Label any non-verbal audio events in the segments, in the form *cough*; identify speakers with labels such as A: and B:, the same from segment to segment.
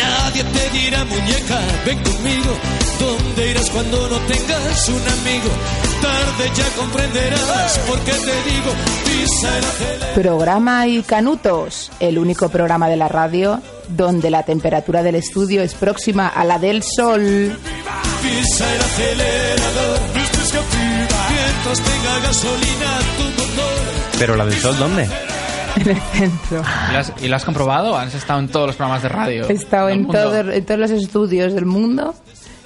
A: Nadie te dirá muñeca, ven conmigo. ¿Dónde irás cuando no tengas un amigo? Tarde ya comprenderás por qué te digo, pisa el acelerador.
B: Programa y Canutos, el único programa de la radio donde la temperatura del estudio es próxima a la del sol.
A: Pisa el acelerador, mientras tenga gasolina tu motor.
C: Pero la del sol, ¿dónde?
B: En el centro.
D: ¿Y lo, has, y lo has comprobado? ¿Has estado en todos los programas de radio?
B: He estado
D: del
B: en,
D: mundo?
B: todo- en todos los estudios del mundo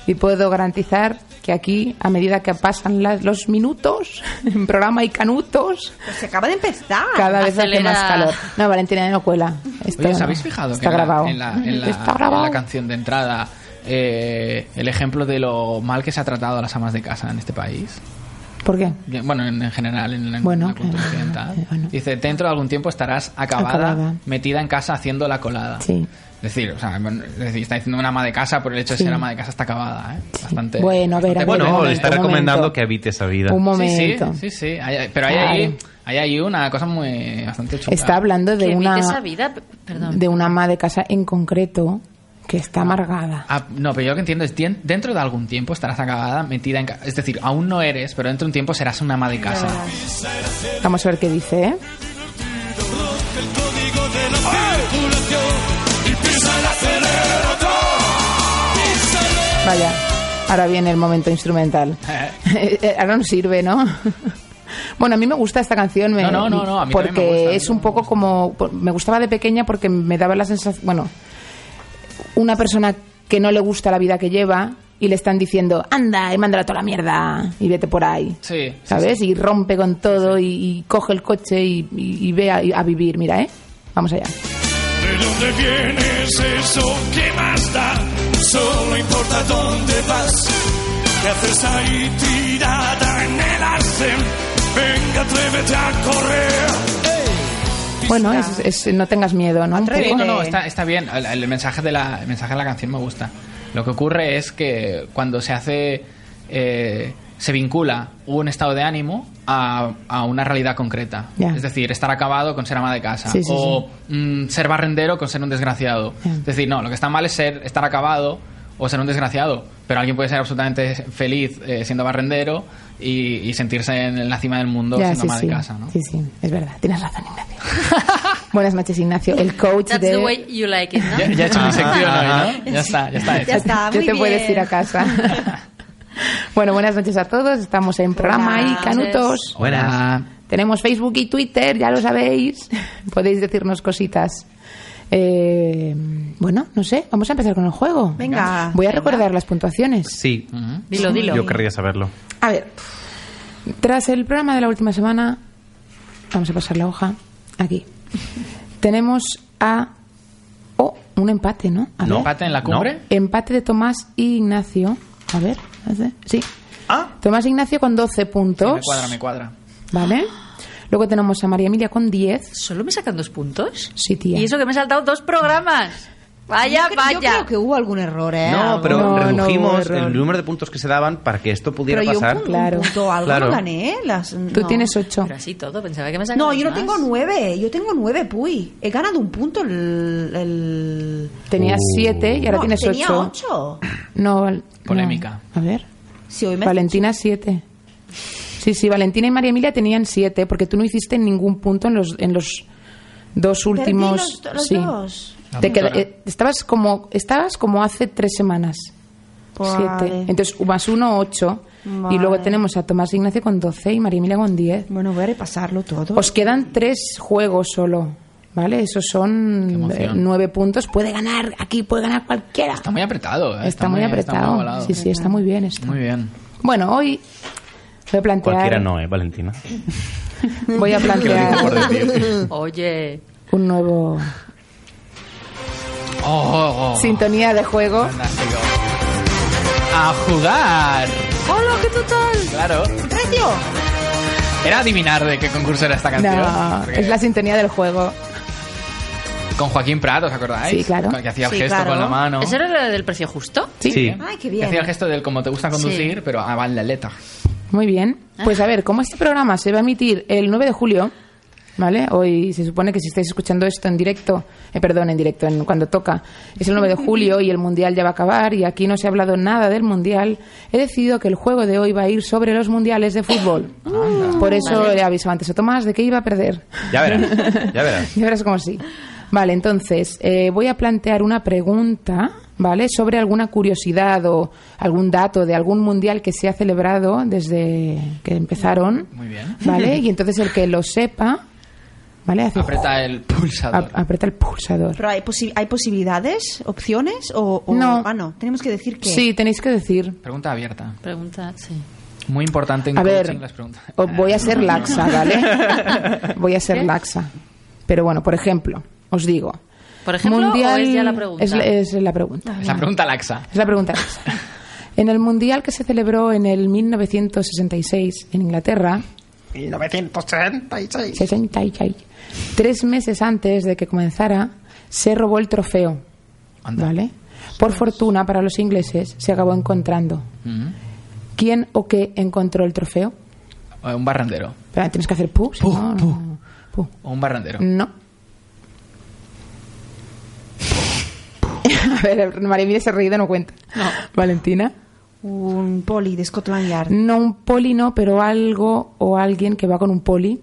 B: y puedo garantizar que aquí, a medida que pasan las- los minutos *laughs* en programa y canutos,
E: Pues se acaba de empezar.
B: cada vez
F: acelera.
B: hace más calor. No, Valentina no cuela. Esto
D: Oye, ¿os
B: no.
D: habéis fijado
B: Está
D: que en la-
B: grabado.
D: en la, en la-
B: Está grabado.
D: en la canción de entrada eh, el ejemplo de lo mal que se ha tratado a las amas de casa en este país?
B: ¿Por qué?
D: Bien, Bueno, en, en general, en, la- en
B: Bueno,
D: la cultura
B: claro,
D: occidental.
B: bueno.
D: Dice, dentro de algún tiempo estarás acabada,
B: Acabada.
D: metida en casa haciendo la colada.
B: Sí.
D: Es decir, o sea, bueno, es decir, está diciendo una ama de casa por el hecho de
B: Sí.
D: ser ama de casa está acabada, ¿eh? Bastante.
B: Bueno, a ver, a ver,
D: bastante
C: Bueno,
B: a ver,
C: le
D: potente.
C: está
B: un
C: recomendando
B: momento.
C: que evite esa vida.
B: Un
D: Sí,
B: momento.
D: sí, sí, sí. Hay- hay- pero hay ahí,
B: Claro.
D: hay ahí una cosa muy bastante chula.
B: Está hablando de
F: que
B: una,
F: evite esa vida, p- perdón.
B: de una ama de casa en concreto que está amargada.
D: Ah, no, pero yo lo que entiendo es tien- dentro de algún tiempo estarás acabada, metida en casa. Es decir, aún no eres, pero dentro de un tiempo serás una ama de casa.
B: Vamos a ver qué dice, ¿eh?
A: el código de la circulación y pisa el acelerador. Písale.
B: Vaya, ahora viene el momento instrumental. *laughs* Eh, eh, ahora no sirve, ¿no? *laughs* Bueno, a mí me gusta esta canción. me-
D: No, no, no, no, a mí
B: porque
D: también me gusta, a mí
B: es un
D: también me
B: poco
D: gusta.
B: como. por- Me gustaba de pequeña porque me daba la sensación. Bueno, una persona que no le gusta la vida que lleva y le están diciendo, anda y mándala toda la mierda y vete por ahí.
D: *laughs* Sí, sí,
B: ¿Sabes? Y rompe con todo Y, y coge el coche y, y- y ve a, a vivir. Mira, ¿eh? Vamos allá.
A: ¿De dónde vienes eso? ¿Qué más da? Solo importa dónde vas. ¿Qué haces ahí tirada en el arcén? Venga, atrévete a correr.
B: Bueno, es, es- no tengas miedo, ¿no? Un
D: Sí,
B: poco.
D: no, no, está, está bien. El, el mensaje de la, el mensaje de la canción me gusta. Lo que ocurre es que cuando se hace. eh, se vincula un estado de ánimo a, a una realidad concreta.
B: Ya.
D: Es decir, estar acabado con ser ama de casa.
B: Sí, sí,
D: o mm, ser barrendero con ser un desgraciado.
B: Ya.
D: Es decir, no, lo que está mal es ser, estar acabado o ser un desgraciado. Pero alguien puede ser absolutamente feliz eh, siendo barrendero y, y sentirse en la cima del mundo
B: Ya,
D: siendo ama
B: sí.
D: de casa. ¿no?
B: Sí, sí, es verdad. Tienes razón,
D: *laughs*
B: Ignacio. Buenas noches, Ignacio. El coach
F: That's
B: de...
F: the way you like it, ¿no?
D: Ya, ya he hecho mi
C: Ajá.
D: sección hoy, ¿no? Ya está, ya está. hecho.
B: *laughs*
E: Ya está,
B: Ya
E: muy
B: te
E: bien.
B: puedes ir a casa.
E: *laughs*
B: bueno, buenas noches a todos. Estamos en programa
E: Buenas
B: y canutos.
C: Buenas.
B: Tenemos Facebook y Twitter, ya lo sabéis. Podéis decirnos cositas. Eh, bueno, no sé, vamos a empezar con el juego.
E: Venga.
B: Voy a
E: Venga.
B: recordar las puntuaciones.
C: Sí,
F: Dilo, dilo.
C: yo querría saberlo.
B: A ver, tras el programa de la última semana, vamos a pasar la hoja aquí. Tenemos a. Oh, un empate, ¿no? A
C: No.
B: ver.
D: ¿Empate en la
C: No.
D: cumbre?
B: Empate de Tomás y Ignacio. A ver, hace- sí.
C: Ah,
B: Tomás e Ignacio con 12 puntos.
D: Me cuadra, me cuadra.
B: Vale. Luego tenemos a María Emilia con 10.
F: ¿Solo me sacan dos puntos?
B: Sí, tía.
F: Y eso que me he saltado dos programas. Vaya,
E: yo, cre- yo
F: vaya.
E: creo que hubo algún error, ¿eh?
C: No,
E: Algo.
C: pero
B: No, no,
C: redujimos
B: error.
C: el número de puntos que se daban para que esto pudiera
E: Pero yo
C: pasar.
E: un, un
B: Claro.
E: punto, algo
C: Claro.
E: no gané. Las,
B: Tú
E: no.
B: tienes 8.
F: Pero así todo, pensaba que me sacaban
E: No, yo no
F: más.
E: tengo nueve. Yo tengo nueve, puy. He ganado un punto el... el-
B: Tenías
C: Uh.
B: 7 y ahora
E: No,
B: tienes 8.
E: tenía ocho.
B: No, val-
D: Polémica.
B: no. A ver.
E: Si hoy me...
B: Valentina 7. Sí, sí, Valentina y María Emilia tenían 7, porque tú no hiciste ningún punto en los, en los dos últimos.
E: los do- los
B: sí.
C: Ah,
E: dos.
C: pues
D: La
B: Te queda-
D: doctora.
B: eh, estabas, como, estabas como hace tres semanas.
E: Vale.
B: Siete. Entonces, más uno, ocho. Y
E: Vale.
B: luego tenemos a Tomás Ignacio con 12 y María Emilia con 10.
E: Bueno, voy a repasarlo todo.
B: Os quedan tres juegos solo. ¿Vale? Esos
D: Qué
B: son eh,
D: emoción.
B: nueve puntos. Puede ganar aquí, puede ganar cualquiera.
D: Está muy apretado, ¿eh?
B: Está muy apretado.
D: volado.
B: sí, sí, está muy bien esto.
D: Muy bien.
B: Bueno, hoy voy a plantear.
C: Cualquiera no, ¿eh, Valentina?
B: Voy a
C: Que lo digo por
B: plantear
C: decir.
F: *laughs* Oye,
B: un nuevo
D: Oh, oh, oh.
B: sintonía de juego.
D: Fantástico. a jugar.
E: ¡Hola, qué total!
D: Claro.
E: ¡Recio!
D: Era adivinar de qué concurso era esta canción.
B: No,
D: Porque
B: es la sintonía del juego.
D: Con Joaquín Prat, ¿os acordáis?
B: Sí, claro.
D: Con- Que hacía el
E: Sí,
D: gesto
E: claro.
D: con la mano.
F: ¿Eso era lo del precio justo?
B: Sí.
C: Sí.
E: ¡Ay, qué
D: Que
E: bien!
D: hacía el gesto del como te gusta conducir, pero a van la letra.
B: Muy bien. Pues a ver, como este programa se va a emitir el 9 de julio, ¿vale? Hoy se supone que si estáis escuchando esto en directo, eh, perdón, en directo, en, cuando toca, es el 9 de julio y el Mundial ya va a acabar y aquí no se ha hablado nada del Mundial, he decidido que el juego de hoy va a ir sobre los Mundiales de fútbol. Por eso le aviso antes a Tomás de que iba a perder.
C: Ya verás, ya
B: *laughs*
C: verás.
B: Ya verás como sí. Vale, entonces, eh, voy a plantear una pregunta, ¿vale? Sobre alguna curiosidad o algún dato de algún mundial que se ha celebrado desde que empezaron.
D: Muy bien. *laughs*
B: ¿Vale? Y entonces el que lo sepa, ¿vale? Hace-
D: Aprieta el pulsador.
B: Ap- aprieta el pulsador.
E: ¿Pero hay, posi- hay posibilidades, opciones o, o-
B: No.
E: Ah, no. Tenemos que decir que...
B: Sí, tenéis que decir.
D: Pregunta abierta.
F: Pregunta, sí.
D: Muy importante en
B: A
D: coaching
B: ver,
D: las preguntas.
B: os voy
D: *laughs*
B: a ser laxa, ¿vale? Voy a ser laxa. Pero bueno, por ejemplo, os digo.
F: Por ejemplo,
B: mundial,
F: o es ya la pregunta.
B: Es, la- es la pregunta.
D: Es la pregunta laxa.
B: Es
D: *laughs*
B: la pregunta. esa. En el Mundial que se celebró en el 1966 en Inglaterra,
G: 1966.
B: 66, tres meses antes de que comenzara, se robó el trofeo.
D: Anda.
B: ¿Vale? Por fortuna para los ingleses se acabó encontrando.
D: Mm.
B: ¿Quién o qué encontró el trofeo?
D: O Eh, Un barrandero.
B: Espera, tienes que hacer pu, si
D: Pu,
B: no, no,
D: pu.
B: no. Pu.
D: O un barrandero. *laughs*
B: No. *laughs* A ver, María Emilia se ha reído, no cuenta. Valentina.
E: Un poli de Scotland Yard.
B: No un poli, no, pero algo o alguien que va con un poli.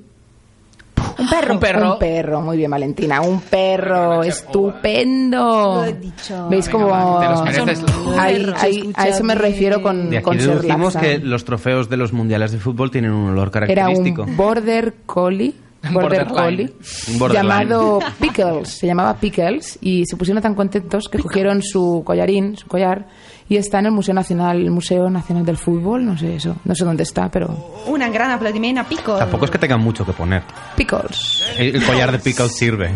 E: Un perro.
D: Un perro.
B: Un perro, muy bien, Valentina. Un perro, estupendo.
E: Lo he dicho.
B: ¿Veis
D: Venga,
B: cómo.?
D: va, te los mereces.
B: Ahí-
E: Lo he dicho,
B: ahí- a
E: escúchame.
B: eso me refiero con,
C: De aquí
B: con ser
C: deducimos
B: laxa.
C: que los trofeos de los mundiales de fútbol tienen un olor
B: Era
C: característico.
B: un border collie.
D: Un
B: Border
D: borderline.
B: collie.
C: Un borderline.
B: Llamado Pickles. Se llamaba Pickles. Y se pusieron tan contentos que cogieron su collarín, su collar. Y está en el Museo Nacional, el Museo Nacional del Fútbol. No sé eso. No sé dónde está, pero.
E: Una gran aplaudimiento a Pico.
C: Tampoco es que tengan mucho que poner.
B: Pickles.
C: El, el collar de pickles sirve.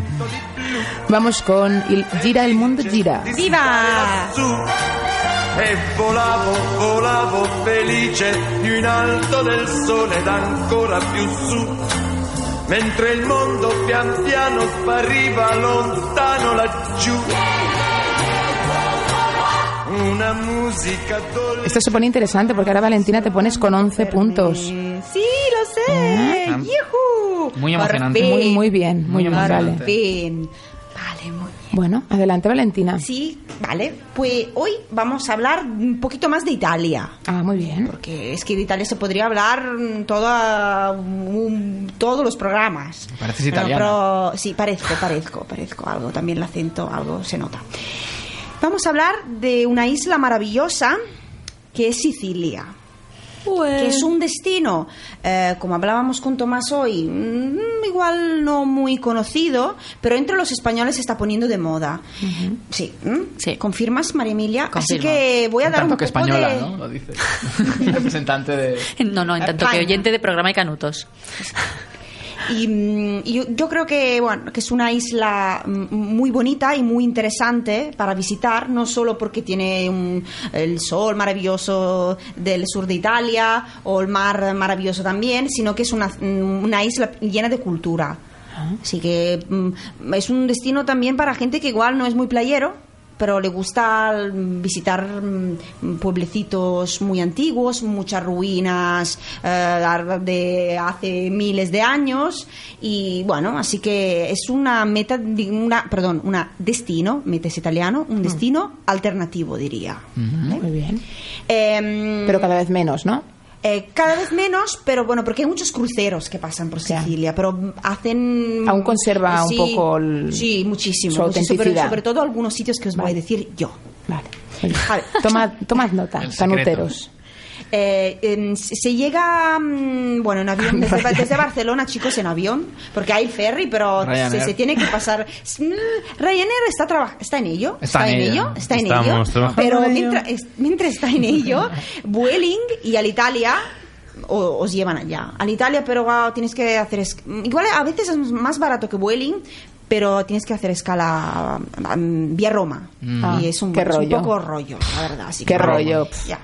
B: Vamos con il- Gira el mundo, gira.
E: ¡Viva!
G: E volavo, volavo felice più in alto del sole ed ancora più su. Mentre il mondo pian piano spariva lontano laggiù. Una musica dolce.
B: Esto se pone interesante porque ahora Valentina te pones con 11 puntos.
E: Eh, Sí, lo sé.
D: Ah.
E: ¡Yujú!
D: Muy
E: Por
D: emocionante.
E: fin.
B: Muy, muy bien, muy
D: Muy
B: bien,
D: emocionante.
B: vale.
E: Fin. Vale, muy bien.
B: Bueno, adelante Valentina.
E: Sí, vale. Pues hoy vamos a hablar un poquito más de Italia.
B: Ah, muy bien.
E: Porque es que de Italia se podría hablar mm, toda, un- todos los programas.
D: Pareces
E: Bueno,
D: italiana.
E: pero- sí, parezco, parezco, parezco algo. También el acento, algo se nota. Vamos a hablar de una isla maravillosa que es Sicilia. Que es un destino, eh, como hablábamos con Tomás hoy, mm, igual no muy conocido, pero entre los españoles se está poniendo de moda. Sí, ¿m?
F: Sí.
E: ¿confirmas, María Emilia? Así
F: Confirmo.
E: que voy a
D: En
E: dar
D: tanto
E: un poco
D: que española,
E: de...
D: ¿no? Lo dice. *laughs* Representante de...
F: *laughs* No, no, en tanto que
E: España.
F: oyente de programa y canutos.
E: Y, mm, y yo, yo creo que, bueno, que es una isla mm, muy bonita y muy interesante para visitar, no solo porque tiene un- el sol maravilloso del sur de Italia o el mar maravilloso también, sino que es una, mm, una isla llena de cultura. Así que mm, es un destino también para gente que igual no es muy playero, pero le gusta mm, visitar mm, pueblecitos muy antiguos, muchas ruinas eh, ar- de hace miles de años y bueno, así que es una meta, di- una, perdón, una destino, meta es italiano,
B: Mm.
E: un destino alternativo diría.
B: Muy bien.
E: Em,
B: Mm. Pero cada vez menos, ¿no?
E: eh, cada vez menos, pero bueno, porque hay muchos cruceros que pasan por
B: Claro.
E: Sicilia, pero hacen...
B: Aún conserva un
E: Sí,
B: poco el-
E: Sí,
B: su
E: muchísimo. muchísimo, pero
B: autenticidad.
E: sobre todo algunos sitios que os voy a decir yo.
B: Vale. Muy bien.
E: A ver.
B: *laughs* Tomad, tomad nota,
D: El secreto.
B: canuteros.
E: Eh, em, se se llega, mm, bueno, en
D: *laughs*
E: avión, desde, Ba- desde Barcelona, chicos, en avión, porque hay ferry, pero
D: Ryanair.
E: se, se tiene que pasar. S- mm, Ryanair está, traba- está en ello,
D: Está en ello.
E: está en ello,
C: Estamos trabajando
E: pero
C: en ello.
E: mientras, es- mientras está
D: *laughs*
E: en ello, Vueling y Alitalia o- os llevan allá. Alitalia, pero ah, tienes que hacer... es- Igual a veces es más barato que Vueling, pero tienes que hacer escala mm, vía Roma.
D: Mm.
B: Ah,
E: Y es un,
B: qué
E: es un
B: rollo.
E: poco rollo, la verdad. Así
B: Qué
E: que vamos,
B: rollo, pf.
E: ya.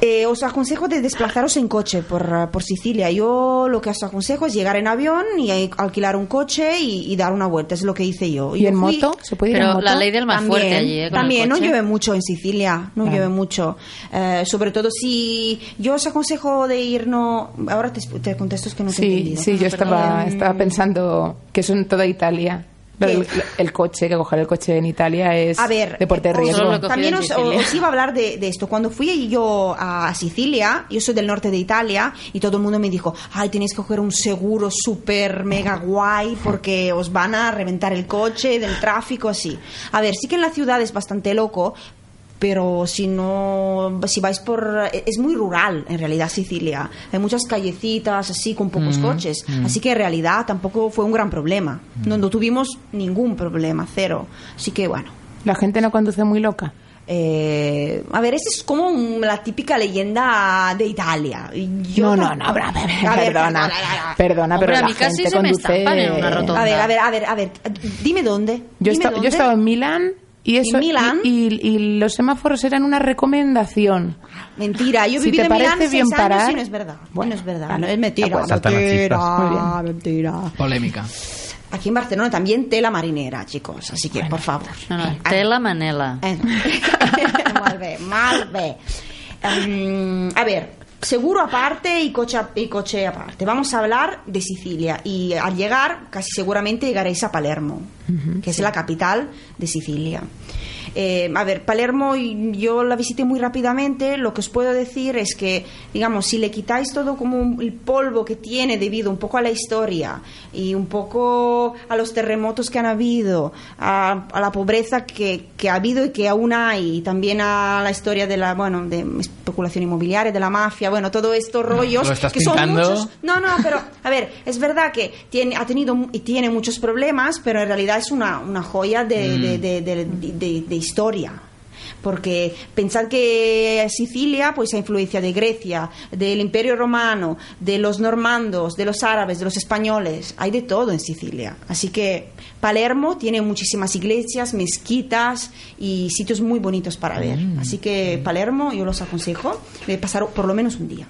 E: Eh, os aconsejo de desplazaros en coche por, eh, por Sicilia. Yo lo que os aconsejo es llegar en avión y eh, alquilar un coche y, y dar una vuelta. Es lo que hice yo.
B: ¿Y
E: Yo
B: en
E: fui-
B: moto? ¿Se puede ir en
F: Pero
B: moto?
F: la ley del más fuerte allí, ¿eh? Con el
E: también no
F: coche.
E: llueve mucho en Sicilia, no
B: Claro.
E: llueve mucho. Eh, sobre todo si yo os aconsejo de ir no ahora te, te contesto es que no te he
B: Sí,
E: entendido.
B: sí,
F: Ah,
B: yo estaba,
E: Em,
B: estaba pensando que eso en toda Italia. Lo del-
E: ¿Qué?
B: el coche, que coger el coche en Italia es
E: a ver,
B: deporte de
E: os-
B: riesgo.
F: Solo lo que-
E: También os,
F: cogido en Sicilia.
E: os iba a hablar de, de esto. Cuando fui yo a Sicilia, yo soy del norte de Italia, y todo el mundo me dijo, ay, tenéis que coger un seguro súper mega guay porque os van a reventar el coche, del tráfico, así. A ver, sí que en la ciudad es bastante loco. Pero si no, si vais por... Es muy rural, en realidad, Sicilia. Hay muchas callecitas, así, con
B: Mm,
E: pocos coches. Así que, en realidad, tampoco fue un gran problema.
B: Mm.
E: No, no tuvimos ningún problema, cero. Así que, bueno,
B: La gente no conduce muy loca.
E: eh, a ver, esa es como un- la típica leyenda de Italia. Yo
B: no, no,
E: tam-
B: no, habrá-
E: A ver,
B: perdona,
E: a ver, a ver.
B: perdona,
F: Hombre,
B: pero
F: a
B: la
F: mí casi
B: gente
F: se me
B: conduce...
F: estampan en una rotonda.
E: A ver, a ver, a ver, a ver, dime dónde.
B: Yo, he
E: dime
B: estado- yo
E: dónde.
B: he estado en Milán y eso
E: ¿En Milán?
B: Y, y- y los semáforos eran una recomendación.
E: Mentira, yo
B: Si
E: viví
B: te
E: en Milán
B: parece
E: seis
B: bien
E: años
B: parar-
E: y no es verdad.
B: Bueno,
E: no es verdad,
B: vale,
E: no, es
B: de
E: mentira,
C: acuerdo. Saltan
E: mentira,
B: Muy bien.
E: mentira.
D: Polémica.
E: Aquí en Barcelona también tela marinera, chicos, así que por favor.
F: No, no,
E: Ah.
F: tela manela.
E: Eh. *laughs* mal bé, mal bé. Em, a ver, seguro aparte y coche, a- y coche aparte. Vamos a hablar de Sicilia y al llegar, casi seguramente llegaréis a Palermo, que es la capital de Sicilia. Eh, a ver, Palermo y- yo la visité muy rápidamente. Lo que os puedo decir es que, digamos, si le quitáis todo como un- el polvo que tiene debido un poco a la historia y un poco a los terremotos que han habido, a, a la pobreza que, que ha habido y que aún hay, y también a la historia de la, bueno, de especulación inmobiliaria, de la mafia, bueno, todo estos rollos
D: Lo estás
E: que
D: pintando.
E: son muchos. No, no, pero a ver, es verdad que tiene, ha tenido mu- y tiene muchos problemas, pero en realidad es una, una joya de, de- de- de- de- de historia. Porque pensad que Sicilia, pues a influencia de Grecia, del Imperio Romano, de los normandos, de los árabes, de los españoles, hay de todo en Sicilia. Así que Palermo tiene muchísimas iglesias, mezquitas y sitios muy bonitos para ver. Así que Palermo, yo los aconsejo de pasar por lo menos un día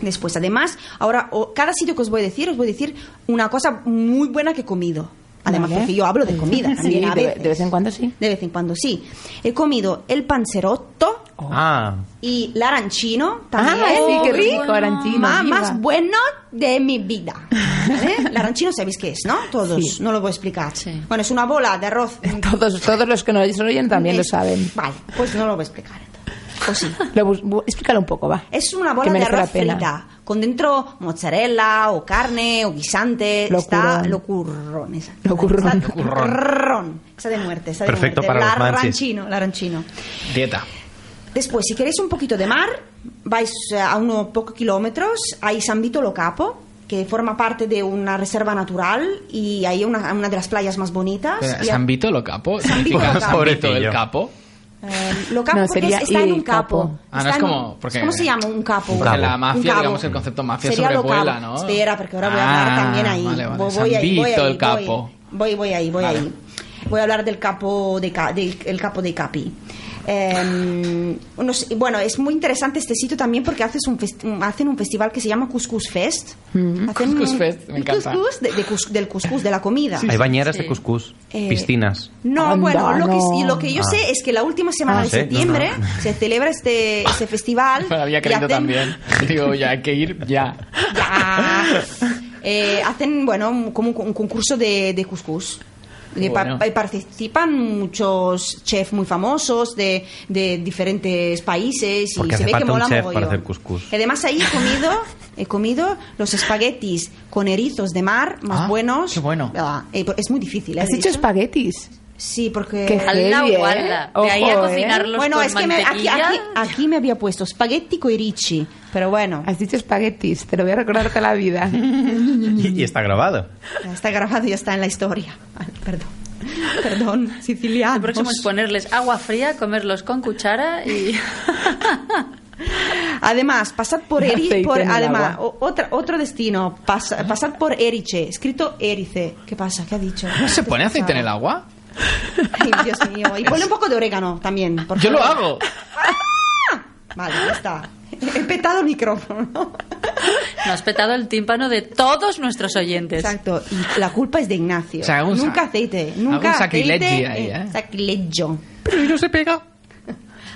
E: después. Además, ahora o- cada sitio que os voy a decir, os voy a decir una cosa muy buena que he comido. Además,
B: Vale.
E: porque yo hablo de
B: *laughs*
E: comida
B: Sí,
E: también ¿eh? a
B: de-
E: veces.
B: de vez en cuando sí.
E: De vez en cuando sí. He comido el pancerotto
C: Ah,
E: y l'arancino también.
B: Ah, sí, qué
E: Descubrí
B: rico, arancino,
E: ma-
B: viva.
E: más bueno de mi vida.
B: *laughs*
E: ¿Vale? L'arancino sabéis qué es, ¿no? Todos,
B: Sí.
E: no lo voy a explicar.
F: Sí.
E: Bueno, es una bola de arroz.
B: Todos, todos los que nos oyen *laughs* también lo
E: Es-
B: saben.
E: Vale, pues no lo voy a explicar. entonces. O sí.
B: Lo bus- bu- explícalo un poco, va.
E: Es una
B: Que
E: bola de
B: merece la
E: arroz
B: pena.
E: frita, con dentro mozzarella o carne o guisante, está
B: Locurón.
E: locurrón, esa.
B: Locurrón.
E: Está locurrón, esa de muerte, esa de
C: Perfecto
E: muerte.
C: para los
E: la
C: manchis.
E: ranchino, la ranchino.
D: Dieta.
E: Después, si queréis un poquito de mar, vais eh, a unos pocos kilómetros, hay San Vito Lo Capo, que forma parte de una reserva natural y hay una, una de las playas más bonitas.
C: Eh,
D: Espera,
E: Y-
D: San Vito lo capo.
E: Ah, San Vito
D: significa
E: lo capo.
D: San Vito el
C: Pobrecillo.
D: capo.
E: Eh, lo capo
B: No,
E: porque
B: sería
E: es- está en
B: il
E: un capo.
B: capo.
D: Ah, no,
E: Está
D: es
E: en un-
D: como- porque-
E: ¿Cómo se llama un capo?
C: Un
D: Porque
C: capo.
D: la mafia,
E: cabo.
D: digamos, el concepto mafia
E: Sería lo
D: sobrevuela,
E: cabo.
D: ¿no?
E: Espera, porque ahora voy a hablar
D: Ah,
E: también ahí.
D: Vale, vale.
E: Voy,
D: San
E: voy ahí, voy
D: Vito
E: ahí,
D: el capo.
E: Voy, voy, voy ahí, voy
D: Vale.
E: ahí. Voy a hablar del capo de, ca- del el capo de Capi. Eh, unos- y bueno, es muy interesante este sitio también porque haces un fest- un- hacen un festival que se llama Couscous Fest.
B: Mm.
E: Hacen
D: Couscous
E: un-
D: Fest, me
E: un
D: encanta.
E: couscous de- de cous- del couscous, de la comida.
C: hay bañeras
F: sí.
C: de cuscús,
E: Eh,
C: piscinas.
E: No,
B: Anda,
E: bueno, lo,
B: no.
E: Que, y lo que yo
C: Ah.
E: sé es que la última semana
C: Ah,
E: de
C: sí, no,
E: septiembre
C: no.
E: se celebra
C: *laughs*
E: este, este festival.
D: Me lo había
E: y
D: creído
E: hacen-
D: también. Digo, ya hay que ir ya.
E: *laughs* Ya. Eh, hacen, bueno, un- como un, un concurso de, de couscous. Y pa-
D: Bueno.
E: pa- participan muchos chefs muy famosos de, de diferentes países y
C: Porque hace
E: se ve que
C: falta un
E: mola
C: chef
E: mogollón.
C: para hacer couscous.
E: Y Además ahí he comido, he comido los espaguetis con erizos de mar más
D: Ah,
E: buenos.
D: qué bueno.
E: Ah, eh, es muy difícil. ¿eh?
B: Has
E: ¿He
B: dicho espaguetis.
E: Sí, porque
B: Qué
F: Al la
B: heavy, ¿eh?
F: guarda. De ahí a
B: Ojo, ¿eh?
F: cocinarlos
E: bueno,
F: con
E: es que me- aquí,
F: mantequilla.
E: aquí- aquí me había puesto spaghetti con ricci, pero bueno,
B: Has dicho espaguetis, te lo voy a recordar toda la
E: *laughs*
B: vida.
C: Y, y está grabado.
E: ya está grabado y ya está en la historia. Vale, Perdón, perdón, siciliano.
F: Lo próximo es ponerles agua fría, comerlos con cuchara y...
E: Además, pasad por Erice.
B: Aceite
E: Por,
B: en el
E: además,
B: agua.
E: o- otra, otro destino. Pas- pasad por Erice. Escrito Erice. ¿Qué pasa? ¿Qué ha dicho?
D: ¿No se pone aceite en el agua?
E: Ay, Dios mío. Y ponle un poco de orégano también. por
D: Yo lo
E: favor.
D: hago.
E: Vale, ya está. He petado el micrófono.
F: *laughs* Nos has petado el tímpano de todos nuestros oyentes.
E: Exacto. Y la culpa es de Ignacio.
D: O sea, hago un sa-
E: nunca aceite.
D: hago
E: Nunca
D: un sacrilegio
E: aceite.
D: ahí, ¿eh?
E: Sacrilegio.
D: Pero yo no se pega.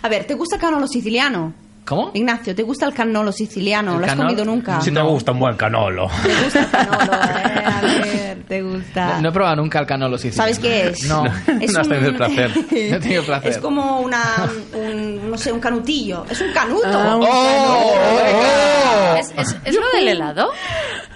E: A ver, ¿te gusta el canolo siciliano?
D: ¿Cómo?
E: Ignacio, ¿te gusta el canolo siciliano?
D: ¿El
E: ¿Lo has
D: canol?
E: comido nunca?
C: Si te gusta un buen canolo.
E: ¿Te gusta el canolo? eh? A ver, ¿te gusta?
D: No, he probado nunca el canolo siciliano.
E: ¿Sabes qué es?
D: *laughs* No.
C: No has tenido el
E: *laughs*
C: placer.
D: *laughs* No he tenido el placer.
E: Es como una, un, no sé, un canutillo. Es un canuto.
D: Oh,
F: ¿Es, es, es lo del helado?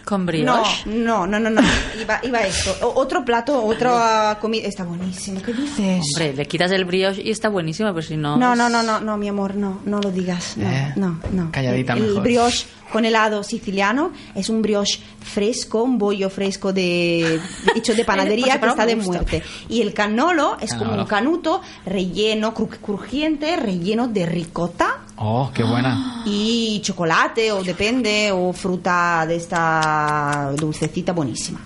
F: ¿Con
E: No,
F: brioche?
E: no, no, no, no. Iba, iba esto. O- otro plato, otra comida. Está buenísimo. ¿Qué dices?
F: Hombre, le quitas el brioche y está buenísimo, pero si no...
E: No,
F: es-
E: no, no, no, no, mi amor, no, no lo digas. No,
D: Eh,
E: no, no.
D: calladita
E: el, el
D: mejor.
E: brioche con helado siciliano es un brioche fresco, un bollo fresco de hecho
D: *laughs*
E: de
F: Ay,
E: panadería que
F: por
E: está
F: favor,
E: de
F: me gusta.
E: muerte. Y el canolo es como
D: pues Canolo.
E: un canuto relleno, cru- crujiente, relleno de ricota
D: Oh, qué buena.
E: y chocolate o depende o fruta de esta dulcecita buenísima.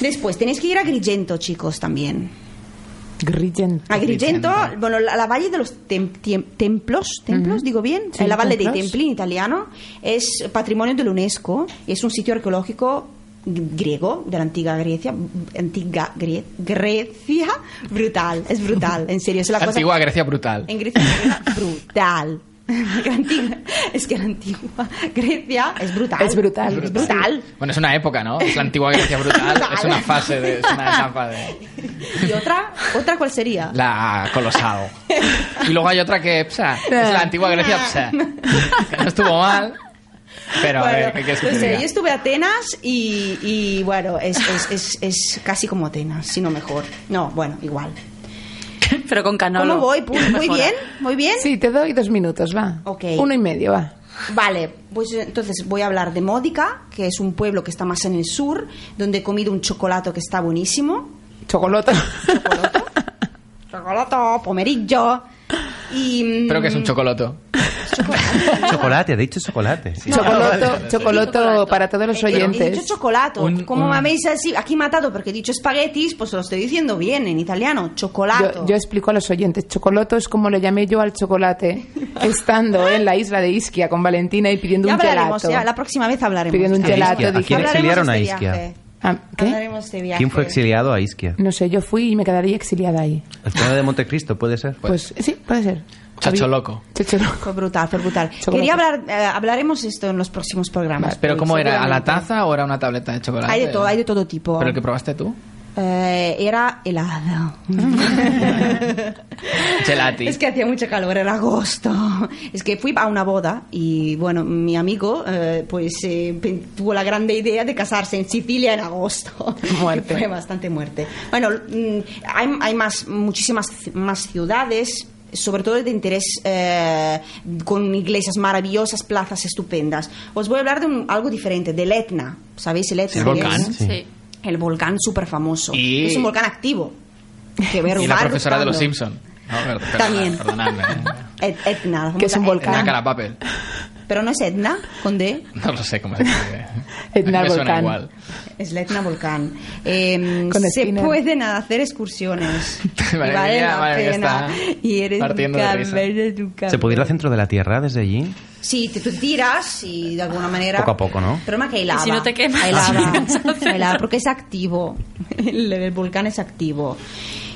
E: Después tenéis que ir a Grigento, chicos, también.
B: Grigent.
E: A Grigento,
D: Agrigento.
E: bueno, la, la valle de los tem- tiem- templos, templos, digo bien,
B: Sí,
E: Eh, la valle dei
B: templos.
E: templi en italiano, es patrimonio de la UNESCO, es un sitio arqueológico gr- griego de la antigua Grecia, antigua Gre- Grecia, brutal, es brutal, en serio, es *gasps* la cosa
D: Antigua Grecia brutal.
E: en Grecia era brutal. *laughs* La antigua- es que la antigua Grecia es brutal.
B: Es brutal.
E: Es brutal.
D: *laughs* Bueno, es una época, ¿no? Es la antigua Grecia
E: *laughs*
D: brutal.
E: Brutal.
D: Es una fase de. Es
E: *laughs*
D: una etapa de.
E: ¿Y otra? ¿Otra cuál sería?
D: La colosal. Y luego hay otra que. psa, es la antigua Grecia. psa. No estuvo mal. Pero a
E: Bueno,
D: ver, ¿qué quieres que
E: no
D: te
E: sé,
D: diga?
E: yo estuve a Atenas y, y, bueno, es, es, es, es casi como Atenas, si no mejor. No, bueno, igual.
F: Pero con canolo.
E: ¿Cómo
B: *laughs*
E: voy? Pu- ¿Muy
F: Mejora.
E: bien? ¿Muy bien?
B: Sí, te doy dos minutos, va.
E: Ok.
B: Uno y medio, va.
E: Vale, pues eh, entonces voy a hablar de Módica, que es un pueblo que está más en el sur, donde he comido un chocolate que está buenísimo.
B: Chocolate.
E: Chocolate, chocolate, pomerillo. Y,
D: Pero que es un
E: mm,
D: chocoloto.
C: chocolate, ha dicho chocolate.
B: Chocolate, chocolate para todos los
E: Eh, He
B: oyentes.
E: dicho chocolate.
D: Un-
E: Como
D: un-
E: me habéis así, aquí matado porque he dicho espaguetis, pues lo estoy diciendo bien en italiano. Chocolate.
B: Yo, yo explico a los oyentes. Chocoloto es como le llamé yo al chocolate, estando en la isla de Isquia con Valentina y pidiendo
E: ya
B: un
E: hablaremos,
B: gelato.
E: ya, la próxima vez hablaremos.
B: Pidiendo un
E: Hablaremos
B: gelato,
E: de
B: ¿A quién
E: viaje.
C: exiliaron a
E: Hablaremos de
C: Ischia?
E: viaje.
B: Ah, ¿Qué?
E: Hablaremos de viaje.
C: ¿Quién fue exiliado a Isquia?
B: No sé, yo fui y me quedaría exiliada ahí.
C: El conde de Montecristo, puede ser.
B: Pues, sí, puede ser.
D: Chacho
B: Javi-
D: loco.
B: Chacho loco.
E: Fue brutal, fue brutal.
B: Chocolate.
E: Quería hablar, eh, hablaremos esto en los próximos programas.
D: Pero ¿cómo era? ¿A la
E: seguramente.
D: taza o era una tableta de chocolate?
E: Hay de todo, hay de todo tipo.
D: ¿Pero el que probaste tú?
E: Eh, era helado.
D: Gelati.
E: Es que hacía mucho calor, era agosto. Es que fui a una boda y, bueno, mi amigo eh, pues eh, pe- tuvo la grande idea de casarse en Sicilia en agosto. *laughs*
B: Muerte.
E: Fue bastante muerte. Bueno, mm, hay, hay más, muchísimas ci- más ciudades sobre todo de interés eh, con iglesias maravillosas, plazas estupendas. Os voy a hablar de un- algo diferente, del Etna. ¿Sabéis el Etna?
D: ¿El volcán?
E: Es-
F: Sí.
E: El volcán súper famoso.
D: Y-
E: Es un volcán activo. Que ver
D: *laughs* Y la
E: va
D: profesora de los
E: gustando.
D: Simpson. No, per- perdona-
E: También.
D: Perdonadme. ¿eh?
E: *laughs* Et- Etna, la
B: Que es un
E: famosa
B: volcán.
D: Era
E: Etna.
D: cara papel.
E: Pero no es Etna, con D,
D: No lo sé cómo se escribe.
E: *laughs*
B: Etna
D: Me suena
B: volcán.
D: igual.
E: es la Etna Volcán. Eh,
B: Con
E: se
B: Spinner.
E: pueden hacer excursiones.
D: *laughs*
E: Y
D: Madre
E: vale
D: mía,
E: la
D: madre mía,
E: pena.
D: está
E: Y eres
D: partiendo de risa.
E: cabeza.
C: ¿Se puede ir al centro de la Tierra desde allí?
E: Sí, te, tú tiras y de alguna manera...
C: Poco a poco, ¿no?
E: Pero más que hay lava.
F: Y si no te quemas.
E: Hay lava.
F: *laughs* Sí.
E: Hay lava, porque es activo. El, el volcán es activo.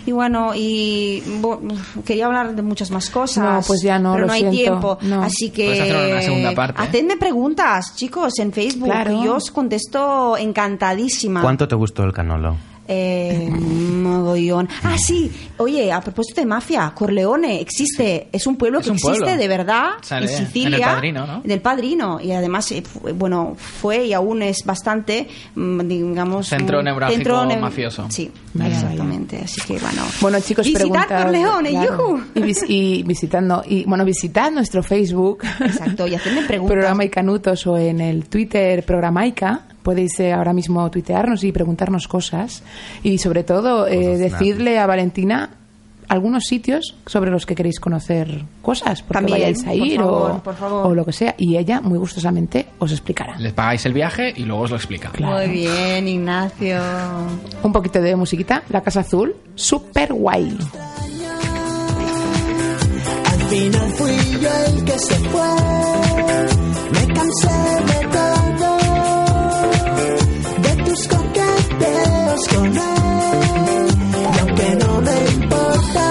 E: Y bueno, y bo- quería hablar de muchas más cosas.
B: No, pues ya no,
E: pero
B: lo
E: no hay
B: siento,
E: tiempo.
B: no.
E: Así que...
D: Puedes hacer una segunda parte. ¿eh?
E: Hacedme preguntas, chicos, en Facebook.
B: Claro.
E: Yo os contesto encantadísima.
C: ¿Cuánto te gustó el canolo?
E: Eh,
D: Mm,
E: mogollón. Ah, sí. Oye, a propósito de mafia, Corleone existe. Es un pueblo
D: Es
E: que
D: un
E: existe
D: pueblo.
E: de verdad
D: Sale
E: en
D: en El
E: Sicilia.
D: Padrino, ¿no?
E: Del padrino. Y además, eh, fu- bueno, fue y aún es bastante, mm, digamos.
D: Centro
E: un
D: neurálgico
E: neu-
D: mafioso.
E: Sí,
B: Vaya,
E: exactamente. Así que, bueno.
B: Bueno, chicos,
E: Visitad
B: preguntad-
E: Corleone,
B: claro.
E: yujú.
B: Y, vis- y visitando, y bueno, visitad nuestro Facebook.
E: Exacto, y
B: *laughs*
E: hacedme preguntas.
B: Programa Icanutos o en el Twitter Programaica. Podéis eh, ahora mismo tuitearnos y preguntarnos cosas. Y sobre todo, eh,
C: Cosas
B: decirle a Valentina algunos sitios sobre los que queréis conocer cosas, porque
E: También,
B: vayáis a
E: por
B: ir
E: favor,
B: o,
E: por favor.
B: o lo que sea. Y ella muy gustosamente os explicará.
D: Les pagáis el viaje y luego os lo explica.
B: Claro.
E: Muy bien, Ignacio.
B: Un poquito de musiquita, La Casa Azul, super guay.
H: Al final fui yo el que se fue. Me cansé de todo, de tus coqueteos con él. Y aunque no me importa,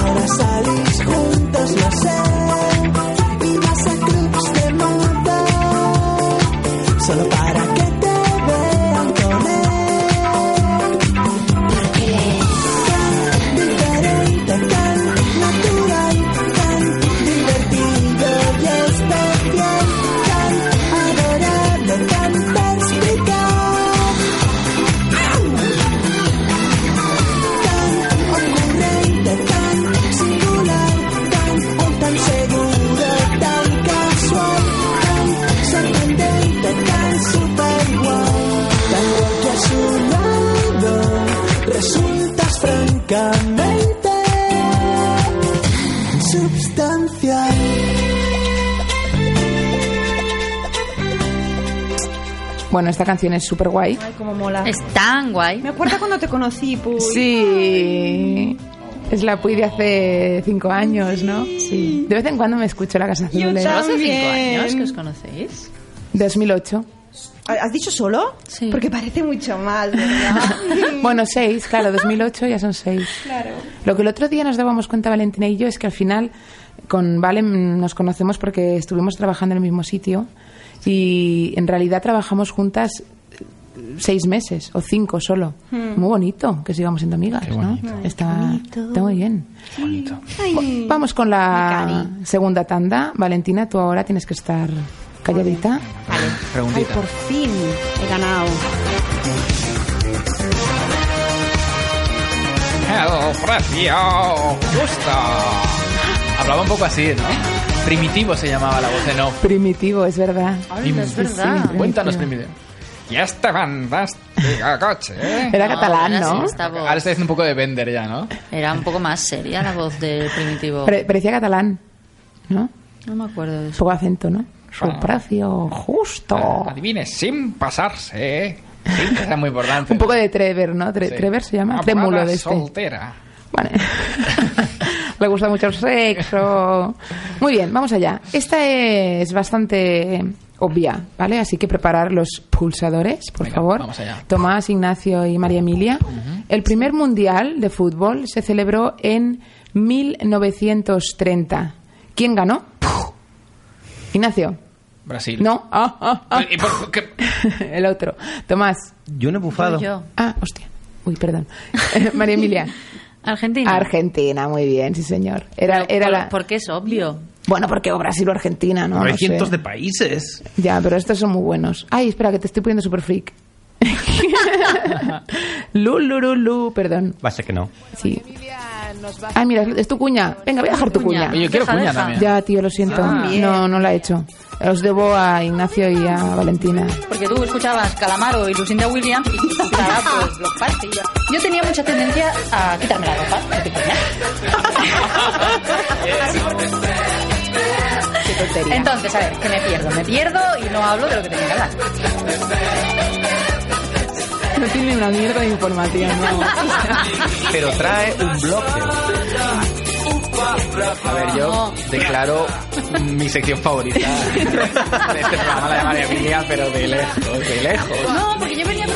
H: ahora salís juntos, lo sé. Y vas a clubs de moda, solo para que te vean con él. Diferente, tan natural, tan divertido y especial, tan adorable, tan perspicaz, tan ocurrente, tan singular, tan un tan seguro, tan casual, tan sorprendente, tan super guay, tan que a su lado resultas francamente substancial.
B: Bueno, esta canción es super guay.
E: Ay, cómo mola.
F: Es tan guay.
E: Me acuerdo cuando te conocí, pues.
B: Sí. Es la Puy de hace cinco años, ¿no? Sí. De vez en cuando me escucho La Casa
E: Yo
B: Azul. ¿eh?
F: ¿No hace cinco
E: También.
F: años que os conocéis?
B: 2008.
E: ¿Has dicho solo?
F: Sí.
E: Porque parece mucho más, ¿verdad?
B: *laughs* Bueno, seis, claro, 2008 ya son seis.
E: Claro.
B: Lo que el otro día nos dábamos cuenta Valentina y yo es que al final con Valen nos conocemos porque estuvimos trabajando en el mismo sitio y en realidad trabajamos juntas seis meses o cinco solo. Muy bonito que sigamos siendo amigas,
D: Qué
B: ¿no?
D: bonito.
B: Está, está muy bien.
D: Bonito.
E: Ay.
B: Vamos con la segunda tanda. Valentina, tú ahora tienes que estar calladita.
E: Vale. Ay,
D: Preguntita.
E: por fin he ganado.
D: El precio justo. Hablaba un poco así, ¿no? Primitivo se llamaba la voz de no.
B: Primitivo, Ah, es verdad.
F: es verdad.
D: Cuéntanos primitivo. Y este fantástico coche. ¿eh?
B: Era catalán,
F: era
B: ¿no?
F: así esta voz.
D: Ahora está haciendo un poco de vender ya, ¿no?
F: Era un poco más seria la voz del primitivo.
B: Pare- parecía catalán, ¿no?
F: No me acuerdo de eso.
B: Poco acento, ¿no? Su
D: Ah.
B: precio justo.
D: Adivine, sin pasarse. ¿eh? Sin que sea muy importante.
B: Un poco de Trevor, ¿no? Tre-
D: Sí. Ah,
B: Trevor se llama.
D: Amada
B: Trémulo de este.
D: soltera.
B: Vale. *laughs* Le gusta mucho el sexo. Muy bien, vamos allá. Esta es bastante obvia, ¿vale? Así que preparar los pulsadores, por
D: Venga,
B: favor.
D: vamos allá.
B: Tomás, Ignacio y María Emilia. El primer mundial de fútbol se celebró en 1930. ¿Quién ganó? Ignacio.
D: Brasil.
B: No. Ah, ah, ah.
D: ¿Y por qué?
C: em-
B: *laughs* El otro. Tomás.
C: Yo no he bufado.
F: Yo.
B: Ah, hostia. Uy, perdón. *laughs* Eh, María Emilia.
F: Argentina.
B: Argentina, muy bien, sí señor. Era,
F: Pero
B: era
F: por-
B: la...
F: Porque es obvio.
B: Bueno, porque o Brasil o Argentina, ¿no?
C: Pero hay
B: No sé.
C: cientos de países.
B: Ya, pero estos son muy buenos. Ay, espera, que te estoy poniendo super *laughs* freak. Lulululu, perdón.
C: Va a ser que no.
B: Sí. Ay, mira, es tu cuña. Venga, voy a dejar tu cuña.
D: Oye, yo quiero
F: Deja,
D: cuña
F: deja.
D: también.
B: Ya, tío, lo siento. No, no la he hecho. Os debo a Ignacio y a Valentina.
F: Porque tú escuchabas Calamaro y Lucinda Williams y *laughs* estaba
B: Ah.
F: pues los party. Yo tenía mucha tendencia a quitarme la ropa. no te creas.
B: Qué tontería.
F: Entonces, a ver, que me pierdo. Me pierdo y no hablo de lo que tenía que hablar.
B: no tiene una mierda de información, no.
C: Pero trae un bloque.
D: A ver, yo declaro mi sección favorita de este programa, la de María Emilia, pero de lejos, de lejos.
F: No, porque yo venía...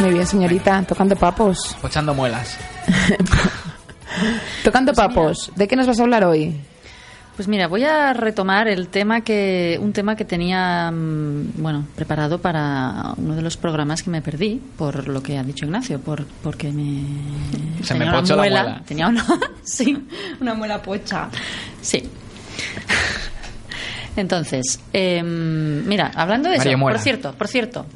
B: Muy bien, señorita, tocando papos.
D: Pochando muelas.
B: Tocando papos, ¿de qué nos vas a hablar hoy?
F: Pues mira, voy a retomar el tema que un tema que tenía mm, bueno preparado para uno de los programas que me perdí por lo que ha dicho Ignacio, por porque me
D: Se
F: tenía
D: me
F: una
D: ponchó la muela.
F: tenía una *laughs* sí
E: Una muela pocha. *laughs*
F: sí. Entonces, em, mira, hablando de
D: María
F: eso,
D: Muela.
F: por cierto, por cierto,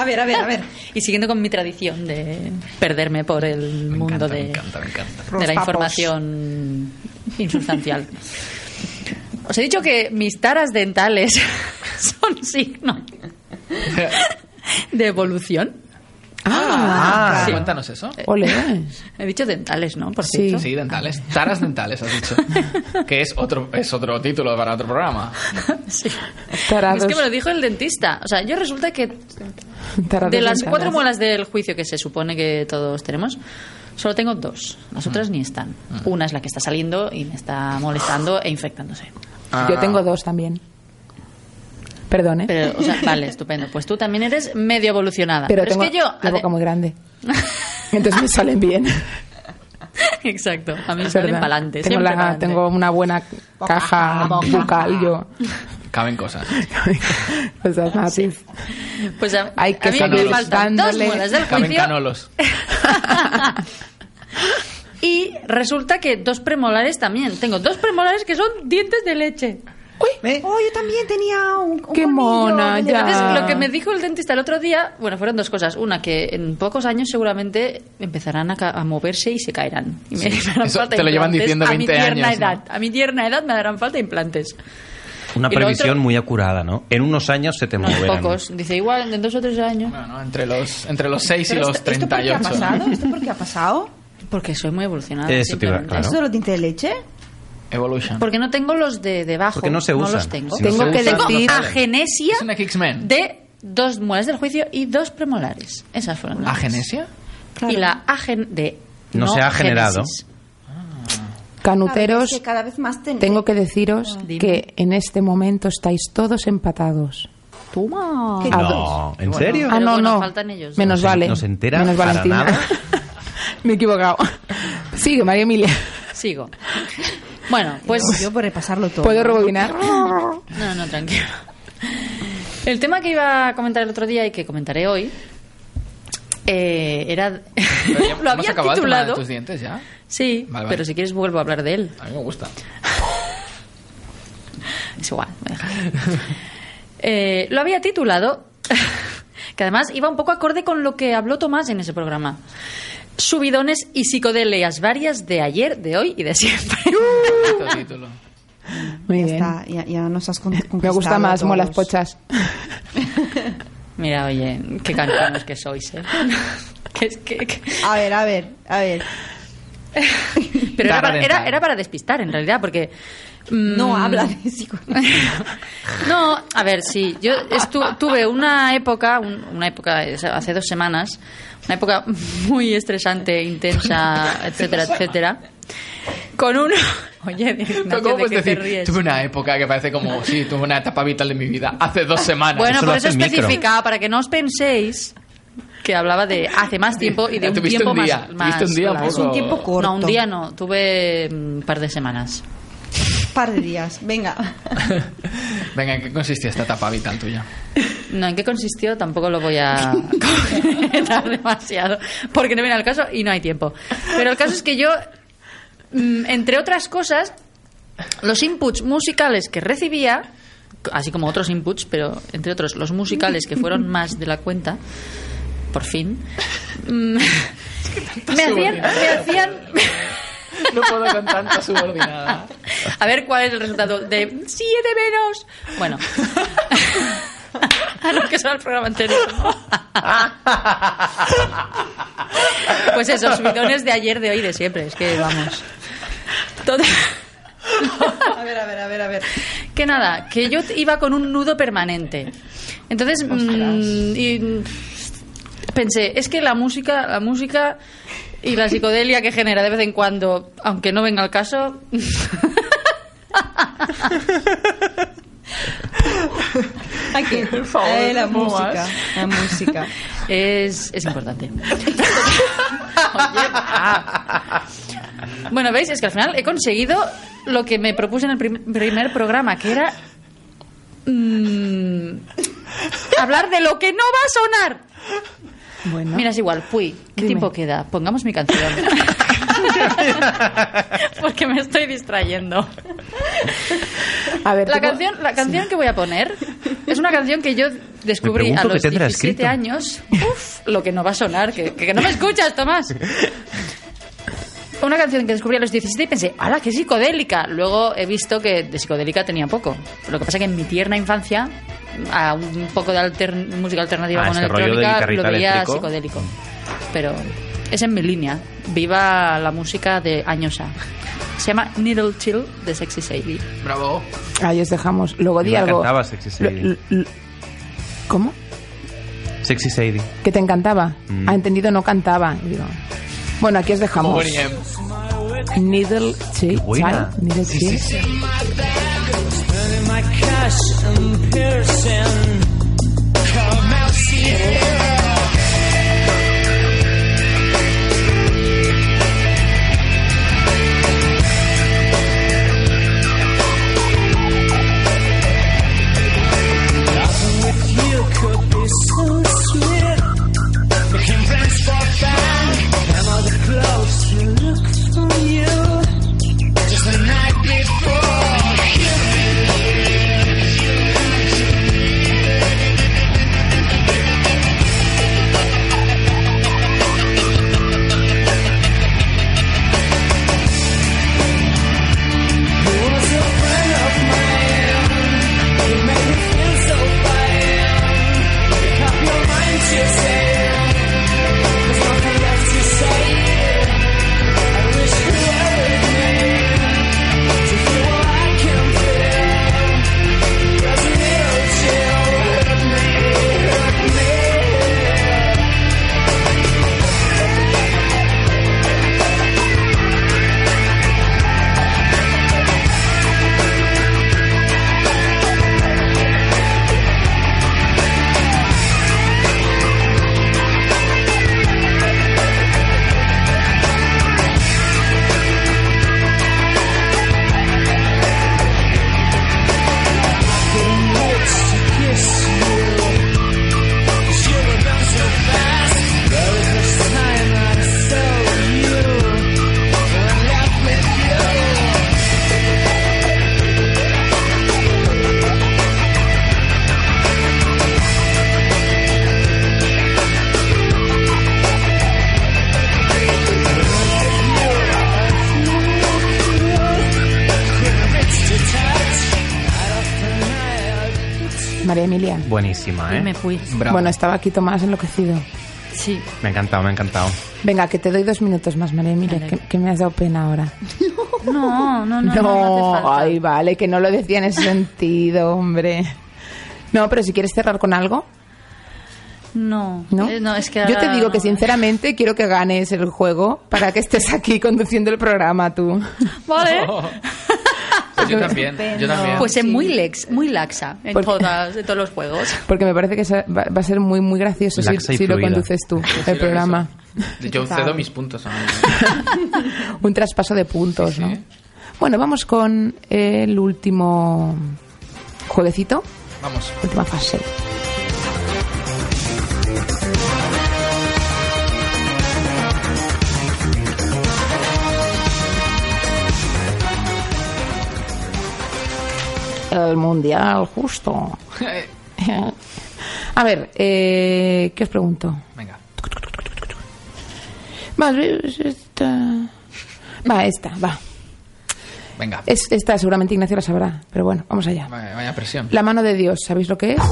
E: A ver, a ver, a ver.
F: y siguiendo con mi tradición de perderme por el mundo
D: encanta,
F: de
D: me encanta, me encanta.
F: de la
E: Los papos.
F: información insustancial. *laughs* Os he dicho que mis taras dentales son signo de evolución.
C: Ah,
F: Sí.
D: Cuéntanos eso.
F: *laughs*
B: Ole.
F: He dicho dentales, ¿no? Por
B: Sí.
F: cierto.
D: Sí, dentales. Taras dentales, has dicho. que es otro, es otro título para otro programa.
F: Sí.
B: Tarados.
F: Es que me lo dijo el dentista. O sea, yo resulta que
B: tarados
F: de las
B: ventanas.
F: cuatro muelas del juicio que se supone que todos tenemos, solo tengo dos. Las otras ni están. Una es la que está saliendo y me está molestando e infectándose.
D: Ah.
B: Yo tengo dos también. Perdón, ¿eh? Pero,
F: Pero, o
B: *laughs*
F: sea, vale, estupendo. Pues tú también eres medio evolucionada.
B: tengo
F: es que yo...
B: la
F: ade-
B: boca muy grande. Entonces me salen bien.
F: *laughs* Exacto. A mí *laughs* me
B: Es
F: salen
B: verdad.
F: pa'lante,
B: Tengo,
F: siempre
B: la-
F: pa'lante.
B: tengo una buena caja
E: boca.
B: bucal
F: *laughs*
B: yo.
D: Caben cosas.
B: Los dos matiz.
F: Pues a,
B: Hay
F: a
B: que
F: mí me
D: seguir
F: faltan dos
B: dándole.
F: muelas del
D: Caben
F: juicio
D: canolos.
F: y resulta que dos premolares también. Tengo dos premolares que son dientes de leche.
C: ¿Eh?
E: *laughs* Oh, yo también tenía un. un
B: Qué
E: colmillo
B: mona,
E: de-
B: ya.
F: Entonces,
D: Ah.
F: lo que me dijo el dentista el otro día, bueno, fueron dos cosas. Una, que en pocos años seguramente empezarán a, ca- a moverse y se caerán. Y me *laughs* harán
D: eso
F: falta
D: te lo llevan
F: implantes
D: diciendo
F: a mi
D: 20
F: tierna
D: años, ¿no?
F: Edad. A mi tierna edad me darán falta implantes.
C: Una
F: Y lo
C: previsión
F: otro-
C: muy acurada, ¿no? En unos años se te
F: No, en
C: moverán.
F: pocos. Dice, igual en dos o tres años.
D: Bueno, entre los, entre los 6 y
E: Pero
D: los
E: esto- ¿Esto por qué ha
D: 38.
E: pasado? ¿Esto por qué ha pasado?
F: Porque soy muy evolucionada.
C: Eso te iba a-
F: simplemente.
C: claro.
E: ¿Esto de los dientes de leche?
D: Evolution.
F: Porque no tengo los de debajo.
C: Porque no se
F: No
C: usan.
F: los tengo.
C: Si
B: no Tengo se que usan, no decir-
F: Tengo
B: salen.
F: agenesia
D: Es una X-Men.
F: de dos muelas del juicio y dos premolares. Esas fueron. las-
D: ¿Agenesia?
E: Claro.
F: Y la agen de...
C: No se ha generado.
F: génesis.
E: Claro,
B: Canuteros,
E: es que cada vez más ten-
B: tengo que deciros
F: Ah. Dime.
B: que en este momento estáis todos empatados.
F: Toma.
E: ¿Qué
C: No, ¿en serio?
B: ah,
F: Pero
B: no,
F: bueno,
B: no.
F: faltan ellos dos.
B: Menos
C: No se-
B: vale.
C: no se entera
B: Menos
C: para
B: Valentina.
C: nada.
B: *laughs* Me he equivocado. *laughs* Sigue, María Emilia.
F: Sigo. Bueno, pues...
E: Yo por repasarlo todo.
B: ¿Puedo rebobinar?
F: No, no, tranquilo. El tema que iba a comentar el otro día y que comentaré hoy eh, era...
D: Pero *laughs*
F: *laughs*
D: ya
F: Lo
D: hemos
F: había
D: acabado el tema de
F: titulado...
D: tus dientes ya?
F: Sí,
D: Vale, vale.
F: pero si quieres vuelvo a hablar de él.
D: A mí me gusta.
F: Es igual, me dejas. Eh, lo había titulado, *laughs* que además iba un poco acorde con lo que habló Tomás en ese programa. Subidones y psicodelias varias de ayer, de hoy y de siempre.
D: Este título.
B: Muy
E: Ya
B: bien.
E: está, ya, ya nos has
B: *laughs*
E: con-
B: Me gusta
E: conquistado
B: más
E: a
B: molas
E: todos.
B: pochas.
F: Mira, oye, qué canciones que sois, ¿eh? Que es que- que-
E: A ver, a ver, a ver.
F: Pero era
D: Tara
F: para, era-
D: dental.
F: era para despistar, en realidad, porque... mm,
E: No habla de
B: *laughs*
E: psicología.
F: No, a ver, sí. Yo estu- tuve una época, un- una época eh, hace dos semanas, una época muy estresante, intensa, etcétera, etcétera, con un... *laughs* Oye, Ignacio,
D: ¿Cómo
F: ¿de qué
D: puedes
F: te
D: decir?
F: ríes?
D: Tuve una época que parece como, sí, tuve una etapa vital de mi vida. Hace dos semanas.
F: Bueno,
C: Eso lo
F: por
C: hace
F: eso
C: el micro.
F: especificaba, para que no os penséis que hablaba de hace más tiempo y de un
D: Tuviste
F: tiempo
D: un día,
F: más, más
D: tuviste un día un
F: largo.
D: poco-
E: Un tiempo corto.
F: No, un día no, tuve mm, un par de semanas.
E: *laughs* Par de días, venga.
D: *laughs* Venga, ¿en qué consistía esta etapa vital tuya?
F: No, en qué consistió tampoco lo voy a *laughs* comentar demasiado, porque no viene al caso y no hay tiempo. Pero el caso es que yo, mm, entre otras cosas, los inputs musicales que recibía, así como otros inputs, pero entre otros los musicales que fueron más de la cuenta, por fin, mm, me hacían... Me hacían
D: No puedo con tanta subordinada.
F: a ver cuál es el resultado de siete menos. Bueno. A lo que son el programa anterior. Pues eso, subidones de ayer, de hoy, de siempre. Es que vamos. Todo- *laughs*
E: A ver, a ver, a ver, a ver.
F: Que nada, que yo iba con un nudo permanente. Entonces, mm, y, mm, pensé, es que la música, la música y la psicodelia que genera de vez en cuando, aunque no venga al caso,
E: Aquí. Por favor, la música. La música.
F: Es, es importante. bueno, veis, es que al final he conseguido lo que me propuse en el prim- primer programa, que era mm, hablar de lo que no va a sonar.
B: Bueno.
F: Mira, es igual, Puy, ¿qué
B: Dime.
F: tiempo queda? Pongamos mi canción. Porque me estoy distrayendo.
B: *laughs* A ver,
F: La
B: tengo-
F: canción, la canción que voy a poner es una canción que yo descubrí
C: pregunto
F: a
C: qué
F: los
C: tendrá
F: 17
C: escrito.
F: años. Uf, lo que no va a sonar, que, que no me escuchas, Tomás. Una canción que descubrí a los 17 y pensé, ¡hala, qué psicodélica! Luego he visto que de psicodélica tenía poco. Lo que pasa que en mi tierna infancia a un poco de altern- música alternativa
C: Ah,
F: con
C: ese rollo de
F: electrónica, lo
C: guitarrita
F: veía
C: eléctrico.
F: psicodélico. Pero es en mi línea. Viva la música de Añosa. Se llama Needle Chill de Sexy Sadie.
D: Bravo.
B: Ahí os dejamos. Luego di
C: Me
B: algo.
C: encantaba Sexy Sadie.
B: Lo- lo- lo- ¿Cómo?
C: Sexy Sadie.
B: ¿Que te encantaba?
C: Mm.
B: Ha entendido, no cantaba. Y digo, Bueno, aquí os dejamos.
D: Bonnie M.
B: Needle Chill.
C: buena.
B: Child, Needle
C: Sí,
B: Chill.
C: sí,
A: my cash in Pearson. Come out, see here. Nothing with you could be so sweet. Making friends for fun. And all the clothes you look for you. Just the night before.
B: María Emilia.
C: Buenísima,
F: Y me
C: ¿eh?
F: fui.
D: Bravo.
B: Bueno, estaba aquí Tomás enloquecido.
F: Sí.
C: Me ha encantado, me ha encantado.
B: Venga, que te doy dos minutos más, María Emilia,
F: Vale.
B: que, que me has dado pena ahora.
F: No, no, no. No,
B: No,
F: no hace falta.
B: ay, vale, que no lo decía en ese sentido, hombre. No, pero si quieres cerrar con algo,
F: No.
B: ¿no?
F: Eh, es que
B: Yo te
F: ahora
B: digo que
F: no.
B: sinceramente quiero que ganes el juego para que estés aquí conduciendo el programa tú.
C: *laughs*
F: Vale.
C: Oh,
D: Pues yo también. Yo también.
F: Pues es muy, lex, muy laxa en,
B: Porque-
F: todas, en todos los juegos.
B: Porque me parece que esa- va, va a ser muy, muy gracioso si,
C: Laxa y
B: si lo
C: fluida.
B: conduces tú,
D: Pues
B: el programa.
D: Yo cedo mis puntos. a mí.
B: Un traspaso de puntos,
D: Sí, sí.
B: ¿no? Bueno, vamos con el último jueguecito,
D: Vamos.
B: última fase. El mundial, justo. *laughs* A ver, eh, ¿qué os pregunto?
D: Venga.
B: Más bien, eh, esta. Va, esta, va.
D: Venga.
B: Es- esta seguramente Ignacio la sabrá, pero bueno, vamos allá.
D: Vaya, vaya presión.
B: La mano de Dios, ¿sabéis lo que es?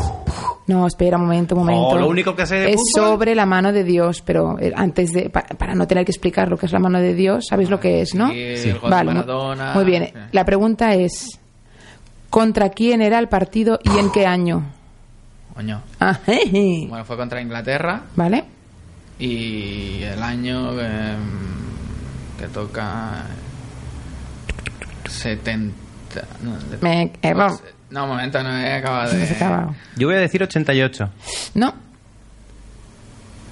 B: No, espera, un momento, un momento.
C: Oh, lo único que sé de
B: es
C: fútbol.
B: sobre la mano de Dios, pero eh, antes de pa- para, no tener que explicar lo que es la mano de Dios, ¿sabéis lo que es, no?
D: Sí, el gol de
B: mu-
D: Maradona.
B: Muy bien. La pregunta es ¿contra quién era el partido y en qué año?
D: Coño.
B: Ah, *laughs* jeje.
D: Bueno, fue contra Inglaterra
B: ¿Vale?
D: y el año eh, que toca 70. No, de-
B: Me error.
C: eh.
D: No, un momento, no he acabado
B: Se
D: de.
B: acaba.
C: Yo voy a decir 88.
B: No,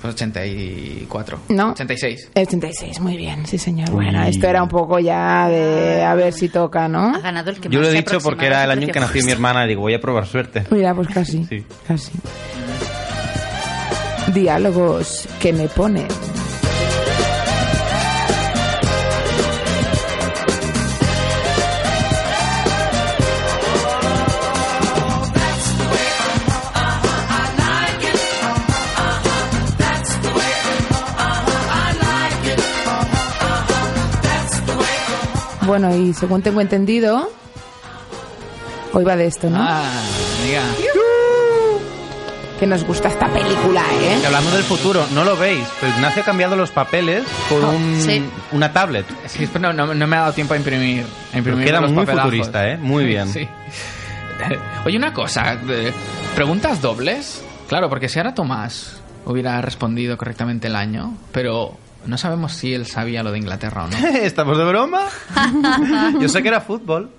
D: Fue 84.
B: No.
D: 86.
B: el 86, muy bien, sí señor.
C: Uy.
B: Bueno, esto era un poco ya de a ver si toca, ¿no?
F: Ha ganado el que
C: Yo
F: más
C: lo he
F: se
C: dicho
F: aproxima,
C: porque era el año en que
F: porque-
C: nació mi hermana. y Digo, voy a probar suerte.
B: Mira, pues casi.
C: Sí.
B: Casi. Diálogos que me ponen. Bueno, y según tengo entendido, hoy va de esto, ¿no?
D: Ah, amiga.
B: que nos gusta esta película, ¿eh?
C: Y hablando del futuro, no lo veis, pero Ignacio ha cambiado los papeles por
F: Ah,
C: un-
F: sí.
C: una tablet.
D: Sí, pero no, no- no me ha dado tiempo a imprimir. A imprimir
C: Queda
D: los
C: muy
D: papelazos.
C: futurista, ¿eh? Muy bien.
D: Sí. Oye, una cosa. de- ¿Preguntas dobles? Claro, porque si ahora Tomás hubiera respondido correctamente el año, pero no sabemos si él sabía lo de Inglaterra o no.
C: *laughs* ¿Estamos de broma? Yo sé que era fútbol.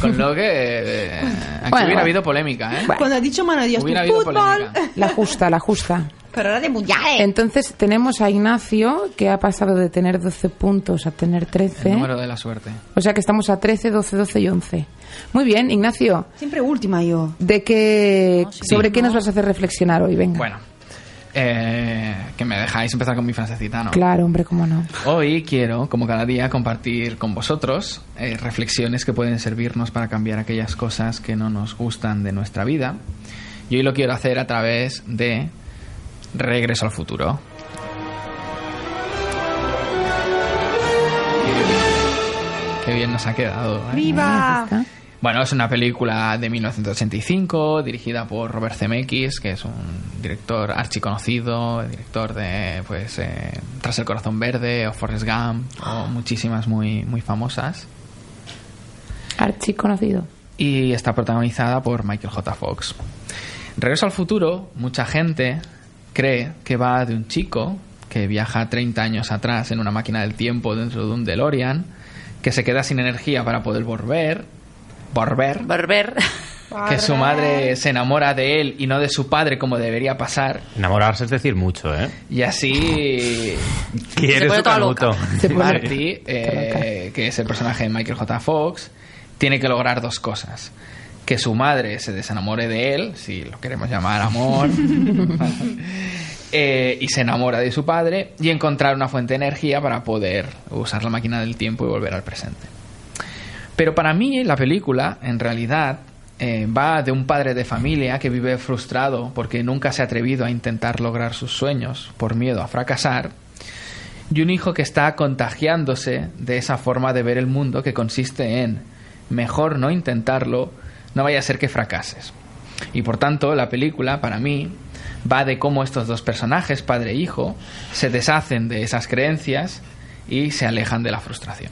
D: Con lo que... eh, aquí
B: Bueno.
D: hubiera habido polémica, ¿eh?
B: Bueno.
E: Cuando ha dicho mano de Dios,
D: Hubiera habido
E: fútbol.
D: polémica.
B: La justa, la justa.
E: Pero era de
B: Eh.
E: mundiales.
B: Entonces tenemos a Ignacio, que ha pasado de tener 12 puntos a tener
D: El
B: 13.
D: número de la suerte.
B: O sea que estamos a 13, 12, 12 y 11. Muy bien, Ignacio.
E: Siempre última yo.
B: ¿De qué,
F: No, sí,
B: ¿Sobre
F: no.
B: qué nos vas a hacer reflexionar hoy? Venga.
D: Bueno. eh, que me dejáis empezar con mi frasecita, ¿no?
B: Claro, hombre, cómo no.
D: Hoy quiero, como cada día, compartir con vosotros eh, reflexiones que pueden servirnos para cambiar aquellas cosas que no nos gustan de nuestra vida. Y hoy lo quiero hacer a través de Regreso al futuro. Qué bien nos ha quedado. ¿eh?
E: ¡Viva!
B: ¿Está?
D: Bueno, es una película de 1985, dirigida por Robert Zemeckis, que es un director archiconocido, director de, pues, eh, Tras el corazón verde, o Forrest Gump, o muchísimas muy, muy famosas.
B: Archi conocido.
D: Y está protagonizada por Michael J. Fox. Regreso al futuro, mucha gente cree que va de un chico que viaja 30 años atrás en una máquina del tiempo dentro de un DeLorean, que se queda sin energía para poder volver, volver,
F: *laughs* Barber.
D: que su madre se enamora de él y no de su padre como debería pasar
C: Enamorarse es decir mucho, ¿eh?
D: y así
C: Quiere
F: pone
C: su
F: toda loca.
C: canuto.
B: Se pone- *laughs*
D: Marty, eh, que es el personaje de Michael J. Fox, tiene que lograr dos cosas. Que su madre se desenamore de él, si lo queremos llamar
B: *laughs*
D: amor, eh, y se enamora de su padre, y encontrar una fuente de energía para poder usar la máquina del tiempo y volver al presente. Pero para mí la película, en realidad, eh, va de un padre de familia que vive frustrado porque nunca se ha atrevido a intentar lograr sus sueños por miedo a fracasar, y un hijo que está contagiándose de esa forma de ver el mundo que consiste en mejor no intentarlo, no vaya a ser que fracases. Y por tanto, la película, para mí, va de cómo estos dos personajes, padre e hijo, se deshacen de esas creencias y se alejan de la frustración.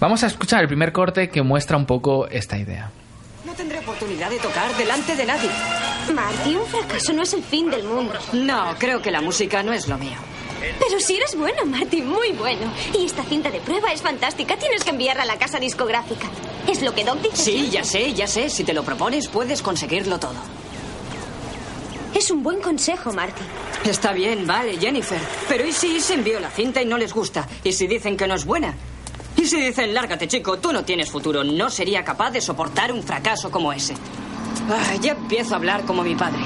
D: Vamos a escuchar el primer corte que muestra un poco esta idea.
I: No tendré oportunidad de tocar delante de nadie.
J: Marty, un fracaso no es el fin del mundo.
I: No, creo que la música no es lo mío.
J: Pero si eres bueno, Marty, muy bueno. Y esta cinta de prueba es fantástica. Tienes que enviarla a la casa discográfica. Es lo que Doc dice.
I: Sí, ya sé, ya sé. Si te lo propones, puedes conseguirlo todo.
J: Es un buen consejo, Marty.
I: Está bien, vale, Jennifer. Pero ¿y si se envió la cinta y no les gusta? ¿Y si dicen que no es buena? ¿Y si dicen, lárgate, chico, tú no tienes futuro? No sería capaz de soportar un fracaso como ese. Ah, ya empiezo a hablar como mi padre.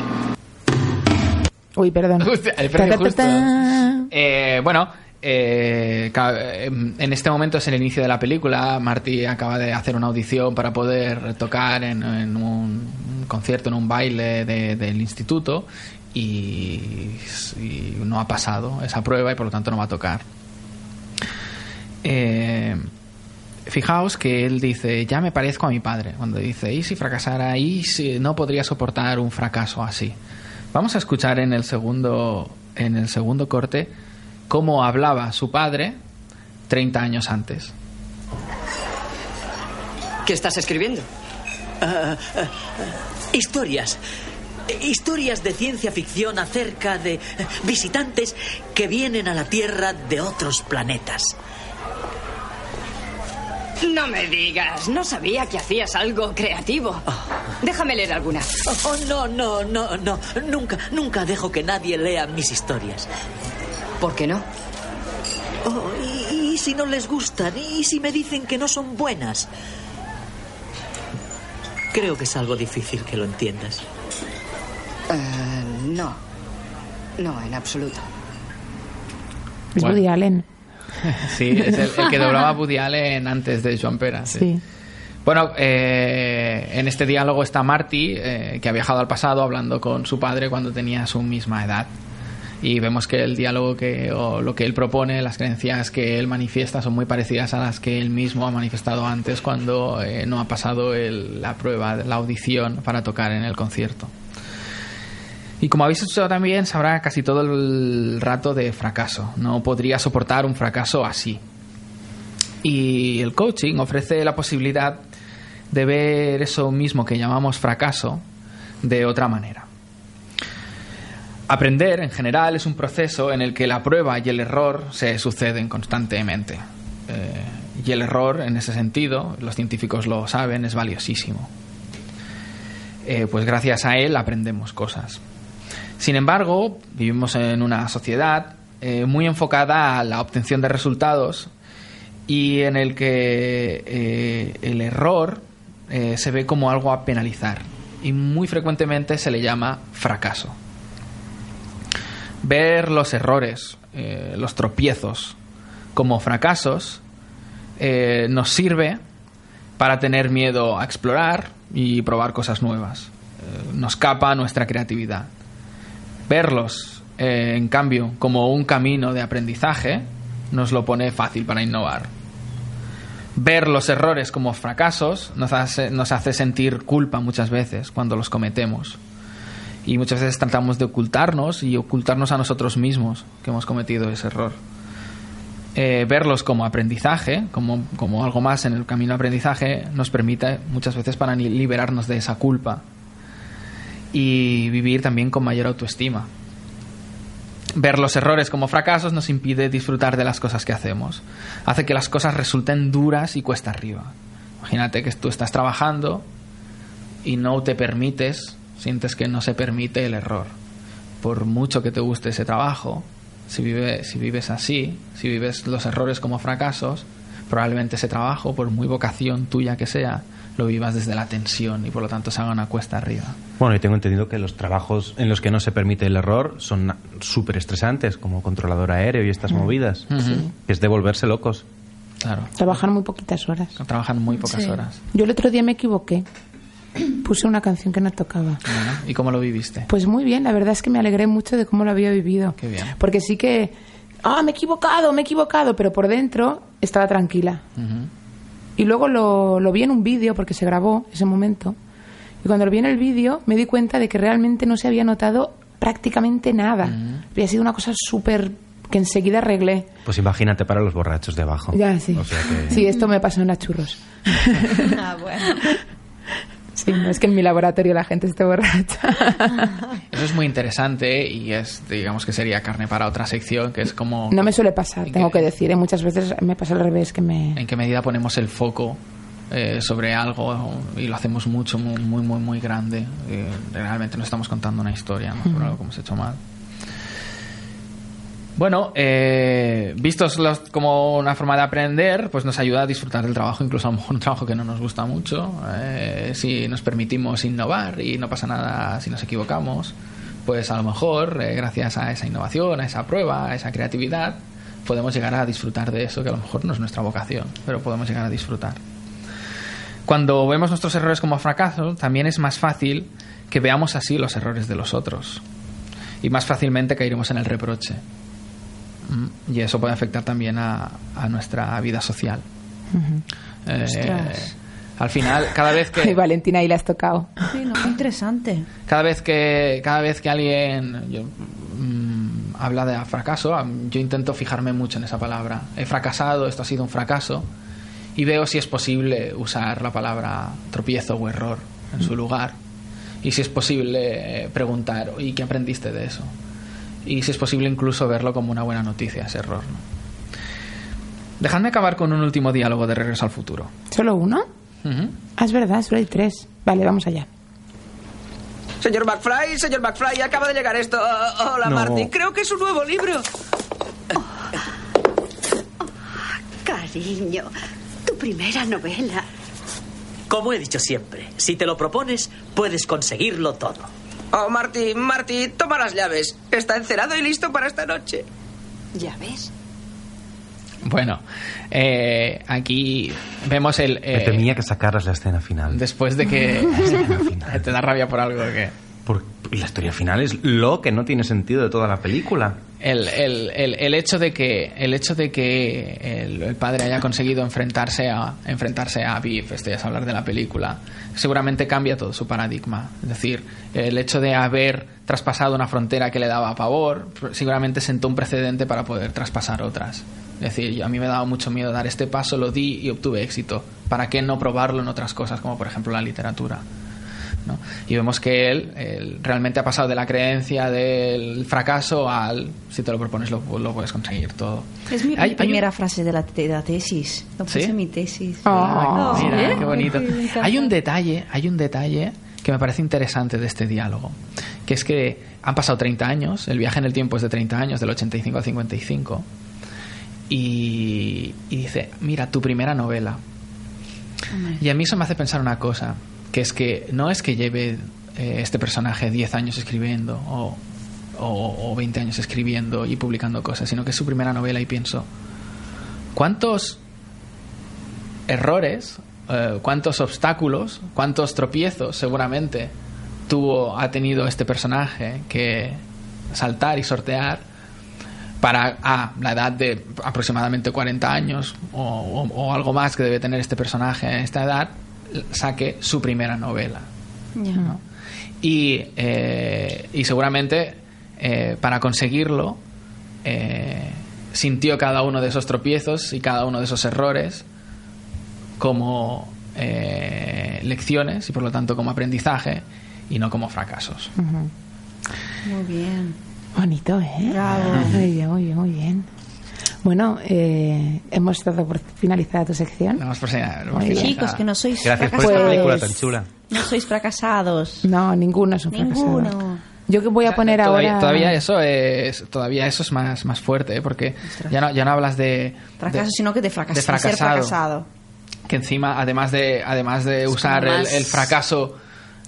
D: *laughs*
B: Uy, perdón.
D: Justo, el premio
B: Ta, ta, ta,
D: justo.
B: ta.
D: Eh, bueno, eh, ca- em, en este momento es el inicio de la película. Marty acaba de hacer una audición para poder tocar en, en un concierto, en un baile de- del instituto. Y, y no ha pasado esa prueba y por lo tanto no va a tocar. Eh, fijaos que él dice, ya me parezco a mi padre, cuando dice, ¿y si fracasara? ¿Y si no podría soportar un fracaso así? Vamos a escuchar en el segundo, en el segundo corte cómo hablaba su padre 30 años antes.
I: ¿Qué estás escribiendo?
K: Historias. Historias de ciencia ficción acerca de eh, visitantes que vienen a la Tierra de otros planetas.
I: No me digas, no sabía que hacías algo creativo. Déjame leer alguna.
K: Oh, oh, no, no, no, no. Nunca, nunca dejo que nadie lea mis historias.
I: ¿Por qué no?
K: Oh, y, y si no les gustan? ¿Y si me dicen que no son buenas? Creo que es algo difícil que lo entiendas.
I: Eh, no. No, en absoluto.
B: Es
D: Bueno.
B: Woody Allen.
D: Sí, es el, el que doblaba a Woody Allen antes de Joan Pera. sí.
B: Sí.
D: Bueno, eh, en este diálogo está Marty, eh, que ha viajado al pasado hablando con su padre cuando tenía su misma edad. Y vemos que el diálogo que, o lo que él propone, las creencias que él manifiesta son muy parecidas a las que él mismo ha manifestado antes cuando eh, no ha pasado el- la prueba, la audición para tocar en el concierto. Y como habéis escuchado también, sabrá casi todo el rato de fracaso. No podría soportar un fracaso así. Y el coaching ofrece la posibilidad de ver eso mismo que llamamos fracaso de otra manera. Aprender, en general, es un proceso en el que la prueba y el error se suceden constantemente. Eh, y el error, en ese sentido, los científicos lo saben, es valiosísimo. Eh, pues gracias a él aprendemos cosas. Sin embargo, vivimos en una sociedad eh, muy enfocada a la obtención de resultados y en el que eh, el error eh, se ve como algo a penalizar y muy frecuentemente se le llama fracaso. Ver los errores, eh, los tropiezos como fracasos eh, nos sirve para tener miedo a explorar y probar cosas nuevas. Eh, nos capa nuestra creatividad. Verlos, eh, en cambio, como un camino de aprendizaje, nos lo pone fácil para innovar. Ver los errores como fracasos nos hace, nos hace sentir culpa muchas veces cuando los cometemos. Y muchas veces tratamos de ocultarnos y ocultarnos a nosotros mismos que hemos cometido ese error. Eh, verlos como aprendizaje, como, como algo más en el camino de aprendizaje, nos permite muchas veces para ni- liberarnos de esa culpa y vivir también con mayor autoestima. Ver los errores como fracasos nos impide disfrutar de las cosas que hacemos. Hace que las cosas resulten duras y cuesta arriba. Imagínate que tú estás trabajando y no te permites, sientes que no se permite el error. Por mucho que te guste ese trabajo, si, vive- si vives así, si vives los errores como fracasos, probablemente ese trabajo, por muy vocación tuya que sea, lo vivas desde la tensión y por lo tanto se haga una cuesta arriba.
C: Bueno, y tengo entendido que los trabajos en los que no se permite el error son súper estresantes, como controlador aéreo y estas
B: Mm.
C: movidas.
B: Sí.
C: Que es de volverse locos.
D: Claro.
B: Trabajan muy poquitas horas.
D: Trabajan muy pocas
B: Sí.
D: horas.
B: Yo el otro día me equivoqué. Puse una canción que no tocaba.
D: Bueno, ¿Y cómo lo viviste?
B: Pues muy bien, la verdad es que me alegré mucho de cómo lo había vivido.
D: Qué bien.
B: Porque sí que, ah, me he equivocado, me he equivocado, pero por dentro estaba tranquila.
D: Ujú.
B: Y luego lo, lo vi en un vídeo, porque se grabó ese momento. Y cuando lo vi en el vídeo, me di cuenta de que realmente no se había notado prácticamente nada. Había sido una cosa súper que enseguida arreglé.
C: Pues imagínate para los borrachos de abajo.
B: Ya, sí.
C: O sea que-
B: *laughs* Sí, esto me pasó en las churros.
E: *laughs* Ah, bueno.
B: Sí, no es que en mi laboratorio la gente esté borracha.
E: *laughs*
D: Eso es muy interesante y es, digamos que sería carne para otra sección, que es como
B: No me suele pasar, tengo que decir. ¿eh? Muchas veces me pasa al revés, que me...
D: en qué medida ponemos el foco eh, sobre algo y lo hacemos mucho, muy, muy, muy, muy grande. Eh, realmente no estamos contando una historia, ¿no? Por algo que hemos hecho mal. Bueno, eh, vistos los- como una forma de aprender, pues nos ayuda a disfrutar del trabajo, incluso a lo mejor un trabajo que no nos gusta mucho. Eh, si nos permitimos innovar y no pasa nada si nos equivocamos, pues a lo mejor, eh, gracias a esa innovación, a esa prueba, a esa creatividad, podemos llegar a disfrutar de eso, que a lo mejor no es nuestra vocación, pero podemos llegar a disfrutar. Cuando vemos nuestros errores como fracaso, también es más fácil que veamos así los errores de los otros. Y más fácilmente caeremos en el reproche. Mm, Y eso puede afectar también a, a nuestra vida social. Eh,
B: Ostras.
D: al final, cada vez que...
B: Ay, Valentina, *laughs* ahí la has tocado.
E: Sí, no, muy interesante.
D: Cada vez que, cada vez que alguien yo, mm, habla de fracaso, am- yo intento fijarme mucho en esa palabra. He fracasado, esto ha sido un fracaso, y veo si es posible usar la palabra tropiezo o error en su lugar. Y si es posible eh, preguntar, ¿y qué aprendiste de eso? Y si es posible incluso verlo como una buena noticia, ese error. ¿no? Dejadme acabar con un último diálogo de Regreso al Futuro.
B: ¿Solo uno?
D: Ujú.
B: Ah, es verdad, solo hay tres. Vale, vamos allá.
L: Señor McFly, señor McFly, acaba de llegar esto. Oh, hola,
B: No.
L: Marty. Creo que es un nuevo libro.
J: Cariño, tu primera novela.
K: Como he dicho siempre, si te lo propones, puedes conseguirlo todo.
L: Oh, Marty, Marty, toma las llaves. Está encerado y listo para esta noche.
J: ¿Ya ves?
D: Bueno, eh, aquí vemos el...
C: Me
D: eh, *laughs*
C: tenía que sacarles la escena final.
D: Después de que te da rabia por algo que
C: Por- Y la historia final es lo que no tiene sentido de toda la película.
D: El, el- el- el hecho de que el hecho de que el, el padre haya conseguido enfrentarse a enfrentarse a Aviv, esto ya es hablar de la película, seguramente cambia todo su paradigma. Es decir, el hecho de haber traspasado una frontera que le daba pavor, seguramente sentó un precedente para poder traspasar otras. Es decir, yo- a mí me daba mucho miedo dar este paso, lo di y obtuve éxito. ¿Para qué no probarlo en otras cosas, como por ejemplo la literatura? ¿no? Y vemos que él, él realmente ha pasado de la creencia del fracaso al si te lo propones lo, lo puedes conseguir todo.
E: Es mi
D: Hay- hay un-
E: primera frase de la, te- de la tesis. No puse
D: ¿Sí?
E: mi tesis.
D: Ah,
E: Oh.
D: mira,
E: ¿Eh?
D: qué bonito.
E: Me encanta.
D: Hay un detalle, hay un detalle que me parece interesante de este diálogo, que es que han pasado 30 años, el viaje en el tiempo es de 30 años, del 85 al 55, y, y dice, mira, tu primera novela. Y a mí eso me hace pensar una cosa, que es que no es que lleve eh, este personaje 10 años escribiendo o, o, o 20 años escribiendo y publicando cosas, sino que es su primera novela y pienso, ¿cuántos errores, eh, cuántos obstáculos, cuántos tropiezos seguramente tuvo, ha tenido este personaje que saltar y sortear para a la edad de aproximadamente 40 años o, o- o algo más que debe tener este personaje a esta edad, saque su primera novela.
E: Ya.
D: Ah. Y, eh, y seguramente eh, para conseguirlo eh, sintió cada uno de esos tropiezos y cada uno de esos errores como eh, lecciones y por lo tanto como aprendizaje y no como fracasos.
B: Ujú.
E: Muy bien.
B: Bonito, ¿eh?
E: Bravo.
B: Muy bien, muy bien, muy bien. Bueno, eh, hemos dado por finalizada tu sección.
D: Vamos por
B: Muy bien.
E: Chicos, que no sois
C: Gracias por
E: fracasados.
C: esta película tan chula.
E: No sois fracasados.
B: No, ninguno es un
E: Ninguno.
B: fracasado. Yo que voy a poner
D: todavía,
B: ahora...
D: todavía eso es todavía eso es más, más fuerte ¿eh? porque ya no, ya no hablas de
E: Fracaso,
D: de-
E: sino que de, fracas-
D: de
E: ser fracasado.
D: que encima además de además de usar
E: como
D: el,
E: más
D: el fracaso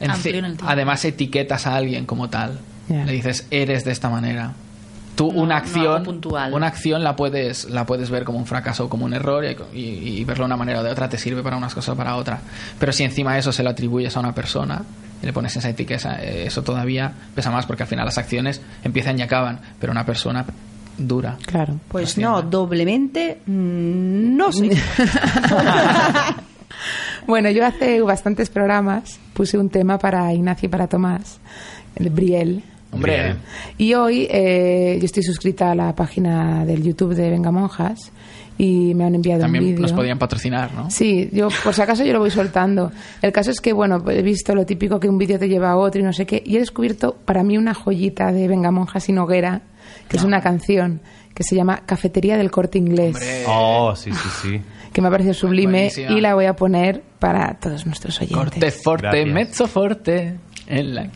D: en
E: amplio
D: ci-
E: en el tiempo.
D: además etiquetas a alguien como tal
B: Ya.
D: le dices eres de esta manera tú una acción una acción la puedes la puedes ver como un fracaso o como un error y, y- y verlo de una manera o de otra te sirve para unas cosas o para otra pero si encima eso se lo atribuyes a una persona y le pones esa etiqueta eh, eso todavía pesa más porque al final las acciones empiezan y acaban pero una persona dura
B: Claro.
E: Pues no, doblemente mm, no soy.
B: Bueno, yo hace bastantes programas puse un tema para Ignacio y para Tomás, el Briel.
D: hombre
B: Y hoy eh, yo estoy suscrita a la página del YouTube de Venga Monjas y me han enviado un
D: también
B: vídeo.
D: nos podían patrocinar no
B: Sí, yo por si acaso yo lo voy soltando. El caso es que, bueno, he visto lo típico que un vídeo te lleva a otro y no sé qué, y he descubierto para mí una joyita de Venga Monjas sin hoguera, que es una canción que se llama Cafetería del Corte Inglés,
C: Oh, sí, sí, sí.
B: que me ha parecido sublime
D: Buenísima.
B: y la voy a poner para todos nuestros oyentes.
D: Corte forte,
B: Gracias.
D: mezzo forte. En la...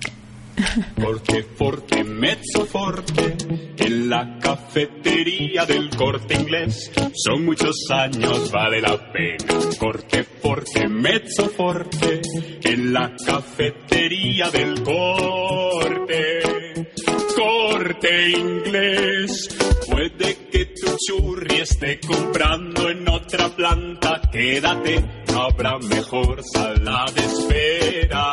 M: Forte, forte, mezzo forte, en la cafetería del corte inglés. Son muchos años, vale la pena. Corte, forte, mezzo forte, en la cafetería del corte. Corte inglés, puede que tu churri esté comprando en otra planta. Quédate, habrá mejor sala de espera.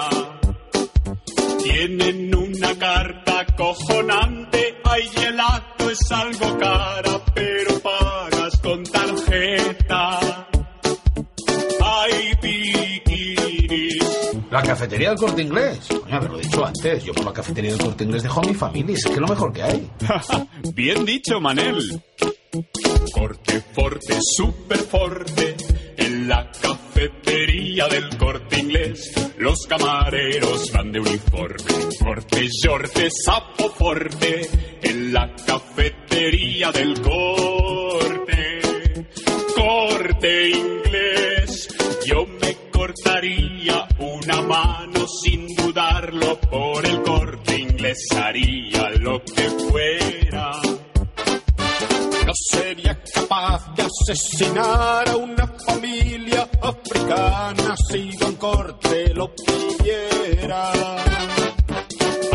M: Tienen una carta cojonante, ay gelato es algo cara, pero pagas con tarjeta. Ay bikinis,
N: La cafetería del corte inglés. Coño, haberlo dicho antes. Yo por la cafetería del corte inglés dejo a mi familia. Es que es lo mejor que hay.
M: *laughs* bien dicho Manel. Corte forte, super forte, en la cafetería del corte inglés. Los camareros van de uniforme, corte shorte, sapo forte, en la cafetería del corte. Corte inglés, yo me cortaría una mano sin dudarlo, por el corte inglés haría lo que fuera. No sería capaz de asesinar a una familia africana si Don Corte lo pidiera.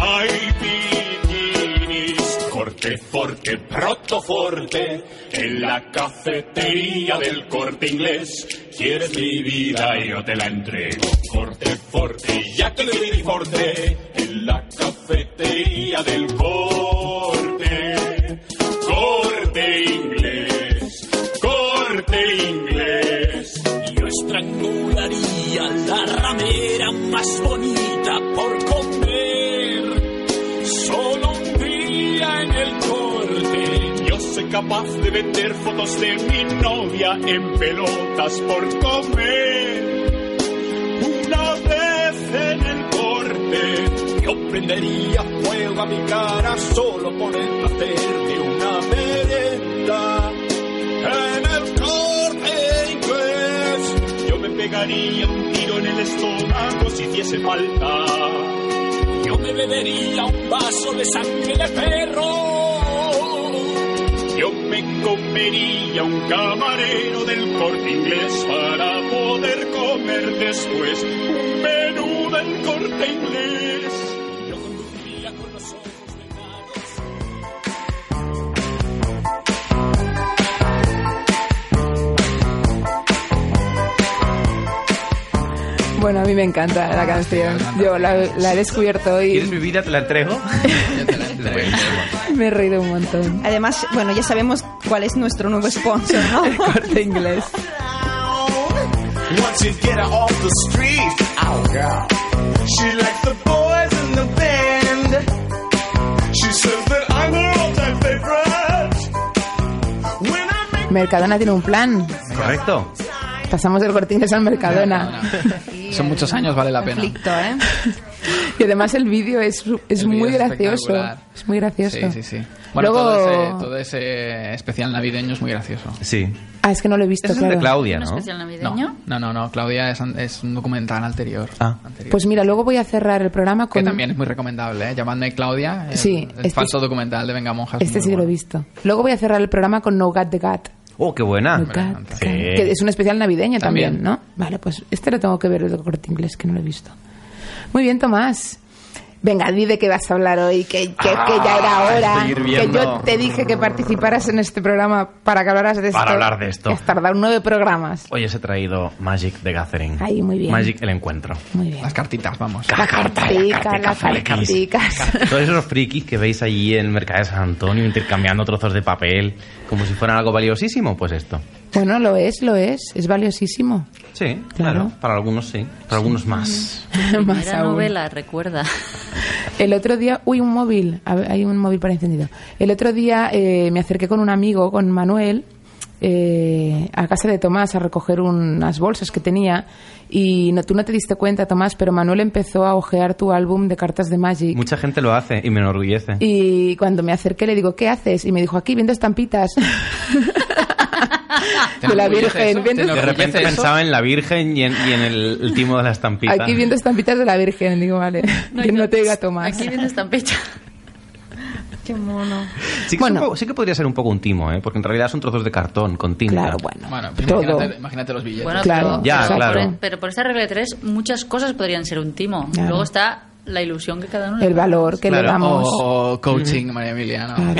M: Ay, bikinis, corte forte, proto forte, en la cafetería del corte inglés. Quieres mi vida, yo te la entrego. Corte forte, ya te lo di forte, en la cafetería cafetería del corte. Corte inglés, corte inglés. Yo estrangularía la ramera más bonita por comer. Solo un día en el corte. Yo soy capaz de vender fotos de mi novia en pelotas por comer. Una vez en el corte, yo prendería fuego a mi cara solo por el placer de una merenda. En el corte inglés, yo me pegaría un tiro en el estómago si hiciese falta. Yo me bebería un vaso de sangre de perro. Yo me comería un camarero del corte inglés para poder comer después un menú del corte inglés. Yo conduciría con los ojos.
B: Bueno, a mí me encanta la canción. Yo la, la he descubierto y
C: ¿Quieres mi vida? ¿Te
N: *laughs*
C: la entrego?
B: me he reído un montón.
D: *laughs*
E: Además, bueno, ya sabemos cuál es nuestro nuevo sponsor,
C: *laughs*
E: ¿no? El corte
B: inglés.
O: Once you get her off the street, oh girl, she likes the boys in the band. She says that I'm her all-time favorite. When I
B: Mercadona tiene un plan.
C: Correcto.
B: Pasamos del Corte Inglés al Mercadona.
D: *laughs* Son muchos años, vale la pena.
E: ¿eh?
B: Y además el vídeo es, es muy
D: es
B: gracioso.
D: espectacular.
B: Es muy gracioso.
D: Sí, sí, sí. Bueno,
B: Luego-
D: todo, ese, todo ese especial navideño es muy gracioso.
C: Sí.
B: Ah, es que no lo he visto,
D: Ese es el
B: claro.
D: de Claudia, ¿no?
F: navideño?
D: No, no, no. Claudia es, an- es un documental anterior. Anterior.
B: Pues mira, luego voy a cerrar el programa
D: que
B: con...
D: también es muy recomendable, ¿eh? Llamadme Claudia. el-
B: Sí,
D: El
B: este-
D: falso documental de Venga Monjas.
B: Este sí que lo he visto. Luego voy a cerrar el programa con No Gat the Gat.
C: Oh, qué buena. Sí.
B: Que es un especial navideño también,
C: También.
B: ¿no? Vale, pues este lo tengo que ver del corte inglés, que no lo he visto. Muy bien, Tomás. Venga, di de qué vas a hablar hoy, que, que- que ya era hora.
C: estoy
B: Que
C: hirviendo.
B: yo te dije que participaras en este programa para que hablaras de esto.
C: Para hablar de esto.
B: Que Has tardado nueve programas.
C: Hoy os he traído Magic the Gathering.
B: Ay, muy bien.
C: Magic el encuentro.
B: Muy bien.
D: Las cartitas, vamos.
B: La cartica, la cartica.
C: *laughs* Todos esos frikis que veis allí en el mercado de San Antonio intercambiando trozos de papel como si fueran algo valiosísimo, pues esto.
B: Bueno, lo es, lo es. Es valiosísimo.
C: Sí,
B: Claro.
C: claro. Para algunos sí, para algunos más.
B: Más
F: Era
B: aún.
F: novela, recuerda.
B: El otro día, uy, un móvil, A ver, hay un móvil para encendido. El otro día eh, me acerqué con un amigo, con Manuel, eh, a casa de Tomás a recoger unas bolsas que tenía y no, tú no te diste cuenta, Tomás, pero Manuel empezó a ojear tu álbum de cartas de Magic.
C: Mucha gente lo hace y me enorgullece.
B: Y cuando me acerqué le digo, ¿qué haces? Y me dijo, aquí
D: *laughs*
B: viendo estampitas de la Virgen. viendo
C: De repente
B: estampitas-
C: pensaba en la Virgen y en, y en el, el timo de la estampita.
B: Aquí viendo estampitas de la Virgen. Digo, vale, que no te diga Tomás. Aquí
F: viendo estampitas.
E: Qué mono.
C: Sí que, es un poco- sí que podría ser un poco un timo, ¿eh? porque en realidad son trozos de cartón con tinta. Claro,
B: bueno.
D: Bueno, pues imagínate, imagínate los billetes.
F: Bueno, pero,
C: Ya,
F: pero
C: claro.
F: Por, pero por esta regla de tres, muchas cosas podrían ser un timo.
B: Claro.
F: Luego está la ilusión que cada uno
B: El valor que le
D: Claro,
B: damos.
D: O, o coaching de María Emilia, ¿no?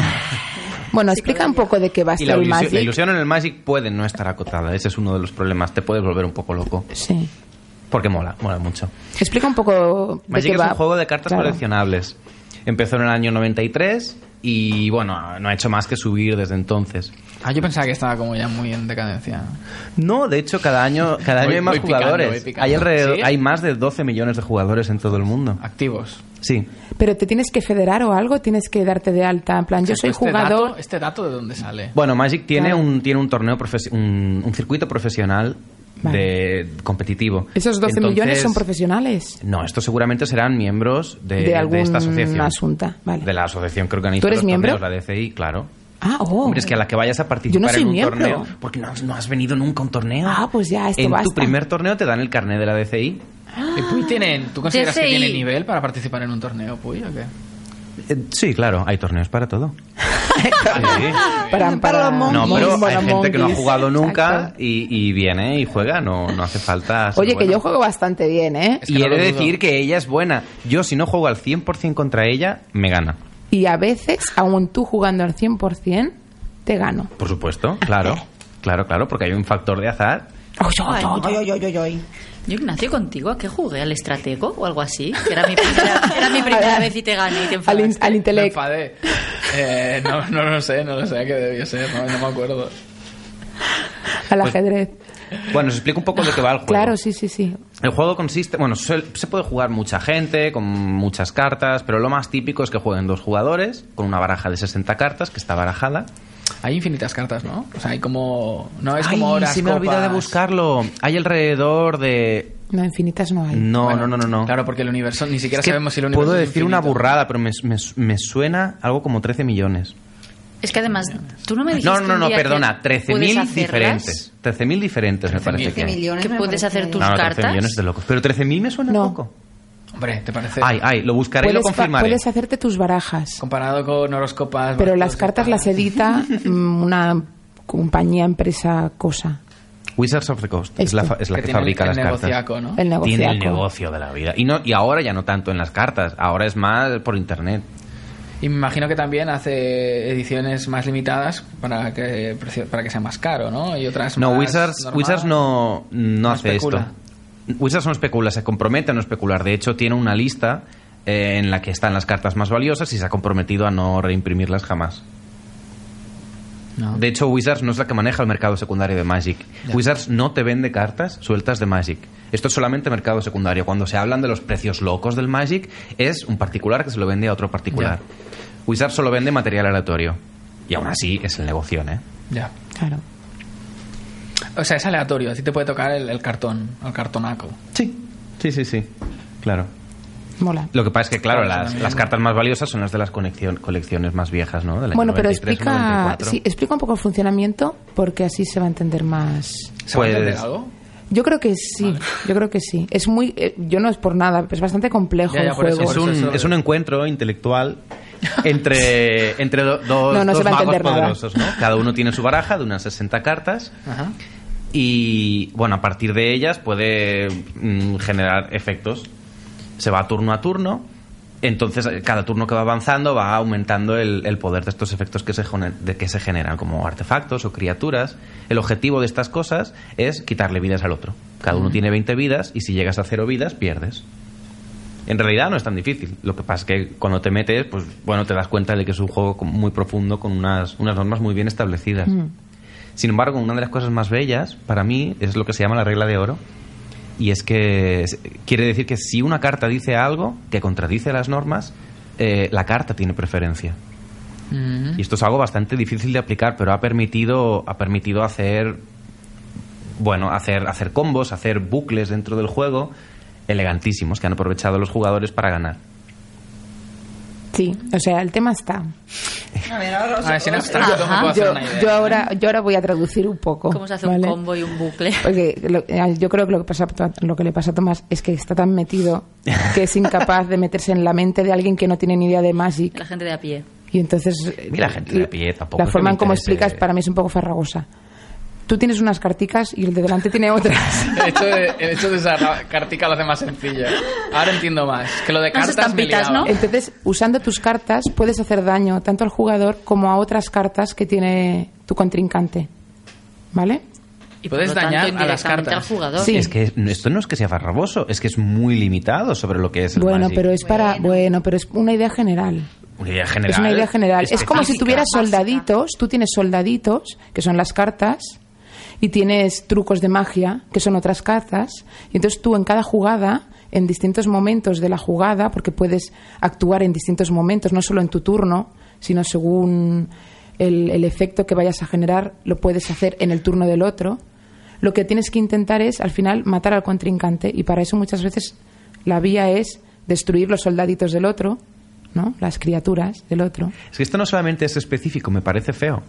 B: Bueno, explica un poco de qué va a
C: Y
B: ser
C: la
B: el
C: ilusión,
B: Magic.
C: la ilusión en el Magic puede no estar acotada. Ese es uno de los problemas. Te puedes volver un poco loco.
B: Sí.
C: Porque mola, mola mucho.
B: Explica un poco de
C: Magic
B: qué
C: es
B: va.
C: un juego de cartas
B: Claro.
C: coleccionables. Empezó en el año 93 y, bueno, no ha hecho más que subir desde entonces.
D: Ah, yo pensaba que estaba como ya muy en decadencia.
C: No, de hecho, cada año, cada año
D: Voy-
C: hay más
D: voy picando,
C: jugadores.
D: voy picando.
C: Hay, alrededor-
D: ¿Sí?
C: hay más de 12 millones de jugadores en todo el mundo.
D: Activos.
C: Sí.
B: Pero te tienes que federar o algo, tienes que darte de alta. En plan, yo soy
D: Este
B: jugador.
D: dato- ¿Este dato de dónde sale?
C: Bueno, Magic tiene
D: Claro.
C: un tiene un torneo profes- un, un circuito profesional de competitivo.
B: Esos 12
C: Entonces-
B: millones son profesionales
C: No, estos seguramente serán miembros eh, de,
B: de, algún
C: esta asociación.
B: asunta. Vale.
C: De la asociación que organiza
B: ¿Tú eres
C: los
B: miembro?
C: torneos, la DCI, claro.
B: Ah, oh.
C: Hombre, es que a la que vayas a participar
B: Yo no soy
C: en un
B: miembro.
C: torneo, porque no, no has venido nunca a un torneo.
B: Ah, pues ya, esto
C: en
B: basta.
C: tu primer torneo te dan el carnet de la DCI.
B: Ah.
D: ¿Y Puy tiene, ¿Tú consideras que
F: DCI.
D: tiene nivel para participar en un torneo, Puy, o qué?
C: Eh, sí, claro, hay torneos para
B: *laughs*
C: todo.
B: Para, para,
C: No, pero hay gente que no ha
B: monkeys.
C: jugado nunca
B: Exacto.
C: y, y viene y juega, no, no hace falta. ser
B: Oye,
C: bueno.
B: que yo juego bastante bien, ¿eh?
C: y he de decir que ella es buena. Yo, si no juego al 100% contra ella, me gana.
B: Y a veces, aún tú jugando al 100%, te gano.
C: *laughs* Por supuesto, claro. Claro, claro, porque hay un factor de azar
E: Ay, ay, ay, ay, ay, ay.
F: Yo, Ignacio, contigo, ¿a qué jugué? ¿Al estratego o algo así? Que era mi
B: *laughs*
F: primera, era mi primera vez y te gané y te enfadaste.
B: Al intelecto.
D: Enfadé. Eh, no, no lo sé, no lo sé a qué debió ser, no, no me acuerdo.
B: Al
C: Pues
B: ajedrez.
C: Bueno, os explico un poco de qué
B: *laughs*
C: va el juego.
B: Claro, sí, sí, sí.
C: El juego consiste, bueno, se, se puede jugar mucha gente con muchas cartas, pero lo más típico es que jueguen dos jugadores con una baraja de 60 cartas que está barajada.
D: Hay infinitas cartas, ¿no? O sea, hay como... No Ah, es como
C: Ay,
D: horas,
C: se me olvida de
D: copas.
C: buscarlo. Hay alrededor de
B: No, infinitas no hay.
C: no,
D: Bueno,
C: no, no, no, no.
D: Claro, porque el universo, ni siquiera
C: Es que
D: sabemos si el universo
C: Puedo
D: es
C: decir una
D: infinito.
C: burrada, pero me, me- me suena algo como 13 millones.
F: Es que además, tú no me dijiste.
C: No, no,
F: un
C: no,
F: día que
C: perdona.
F: puedes
C: 13.000
F: hacerlas,
C: diferentes. 13.000 diferentes, me parece que. hay.
F: Que
E: me
F: puedes hacer tus
C: No, no, 13
F: cartas.
C: millones de locos. Pero 13.000 me suena poco.
D: Hombre, ¿te parece?
C: Ay, ay, lo buscaré y lo
B: Puedes, fa-
C: confirmaré.
B: puedes hacerte tus barajas,
D: Comparado con horoscopas...
B: pero las cartas
D: *laughs*
B: las edita mm, una compañía, empresa, cosa.
C: Wizards of the Coast es
B: Esto.
C: la, fa- es la
D: Que
C: que,
D: tiene
C: fabrica
D: el
C: las cartas.
D: negociaco, ¿no?
B: El negociaco.
C: Tiene el negocio de la vida. Y, no, y ahora ya no tanto en las cartas, ahora es más por internet.
D: Y me imagino que también hace ediciones más limitadas para que, precio- para que sea más caro, ¿no? Y otras
C: No,
D: más
C: Wizards,
D: normales.
C: Wizards no, no, hace
D: especula.
C: esto. Wizards no especula, se compromete a no especular. De hecho, tiene una lista eh, en la que están las cartas más valiosas y se ha comprometido a no reimprimirlas jamás.
D: No.
C: De hecho, Wizards no es la que maneja el mercado secundario de Magic. Wizards no te vende cartas sueltas de Magic. Esto es solamente mercado secundario. Cuando se hablan de los precios locos del Magic, es un particular que se lo vende a otro particular. Wizards solo vende material aleatorio. Y aún así es el negocio, ¿eh?
D: Ya.
B: Claro.
D: O sea, es aleatorio. A ti te puede tocar el, el cartón, el cartonaco.
C: Sí. Sí, sí, sí. Claro.
B: Mola.
C: Lo que pasa es que, claro,
D: Claro,
C: las,
D: también.
C: las cartas más valiosas son las de las conexión- colecciones más viejas, ¿no? Del año
B: Bueno, pero
C: 93,
B: explica,
C: 94.
B: sí, explica un poco el funcionamiento porque así se va a entender más.
D: ¿Se va a entender
C: Pues-
D: algo?
B: Yo creo que sí, yo creo que sí. Es muy, eh, yo no es por nada, es bastante complejo
D: Ya, ya,
B: el
D: por eso,
B: juego.
C: Es un,
D: eso-
C: es un encuentro intelectual
D: *laughs*
C: entre, entre do- dos,
B: No, no se
C: dos
B: va a
C: magos
B: entender nada.
C: poderosos, ¿no? Cada uno tiene su baraja de unas 60 cartas
D: Ajá.
C: y, bueno, a partir de ellas puede mm, generar efectos. Se va turno a turno, entonces eh, cada turno que va avanzando va aumentando el, el poder de estos efectos que se, jone- de que se generan, como artefactos o criaturas. El objetivo de estas cosas es quitarle vidas al otro. Cada uno tiene 20 vidas y si llegas a cero vidas, pierdes. En realidad no es tan difícil. Lo que pasa es que cuando te metes, pues bueno, te das cuenta de que es un juego con- muy profundo con unas, unas normas muy bien establecidas. Sin embargo, una de las cosas más bellas para mí es lo que se llama la regla de oro. Y es que es- quiere decir que si una carta dice algo que contradice las normas, eh, la carta tiene preferencia.
D: Mm.
C: Y esto es algo bastante difícil de aplicar, pero ha permitido, ha permitido hacer. Bueno, hacer, hacer combos, hacer bucles dentro del juego elegantísimos que han aprovechado los jugadores para ganar.
B: Sí, o sea, el tema está.
E: A ver, ahora os-
D: A ver, Ah, si en
E: os-
D: abstracto me puedo hacer
B: Yo,
D: una idea. ¿eh?
B: yo ahora, yo ahora voy a traducir un poco.
F: ¿Cómo se hace
B: ¿vale?
F: un combo y un bucle?
B: Porque lo- eh, yo creo que lo que, pasa, a Tom- lo que le pasa a Tomás es que está tan metido que es incapaz de meterse en la mente de alguien que no tiene ni idea de Magic.
F: La gente de a pie.
B: Y entonces. eh,
C: Mira, gente de a pie, tampoco
B: La
C: es que
B: forma
C: me
B: en cómo
C: interese.
B: explicas para mí es un poco farragosa. Tú tienes unas carticas y el de delante tiene otras.
C: *laughs*
D: El hecho, de, el hecho de esa ra- cartica lo hace más sencillo. Ahora entiendo más. Que lo de
F: Unas
D: cartas me he
F: estampitas,
D: liado.
F: ¿no?
B: Entonces, usando tus cartas, puedes hacer daño tanto al jugador como a otras cartas que tiene tu contrincante. ¿Vale?
F: Y por
D: Puedes
F: lo tanto,
D: dañar a las
F: indirectamente
D: cartas.
F: al jugador.
B: Sí.
C: Es que esto no es que sea farragoso, es que es muy limitado sobre lo que es el
B: Bueno,
C: Magic.
B: pero es para. Bueno, pero es una idea general.
C: Una idea general.
B: es una idea general. Es como si
C: específica.
B: tuvieras soldaditos. Tú tienes soldaditos, que son las cartas, y tienes trucos de magia, que son otras cartas. Y entonces tú en cada jugada, en distintos momentos de la jugada, porque puedes actuar en distintos momentos, no solo en tu turno, sino según el, el efecto que vayas a generar, lo puedes hacer en el turno del otro. Lo que tienes que intentar es, al final, matar al contrincante. Y para eso muchas veces la vía es destruir los soldaditos del otro, ¿no? Las criaturas del otro.
C: Es que esto no solamente es específico, me parece feo.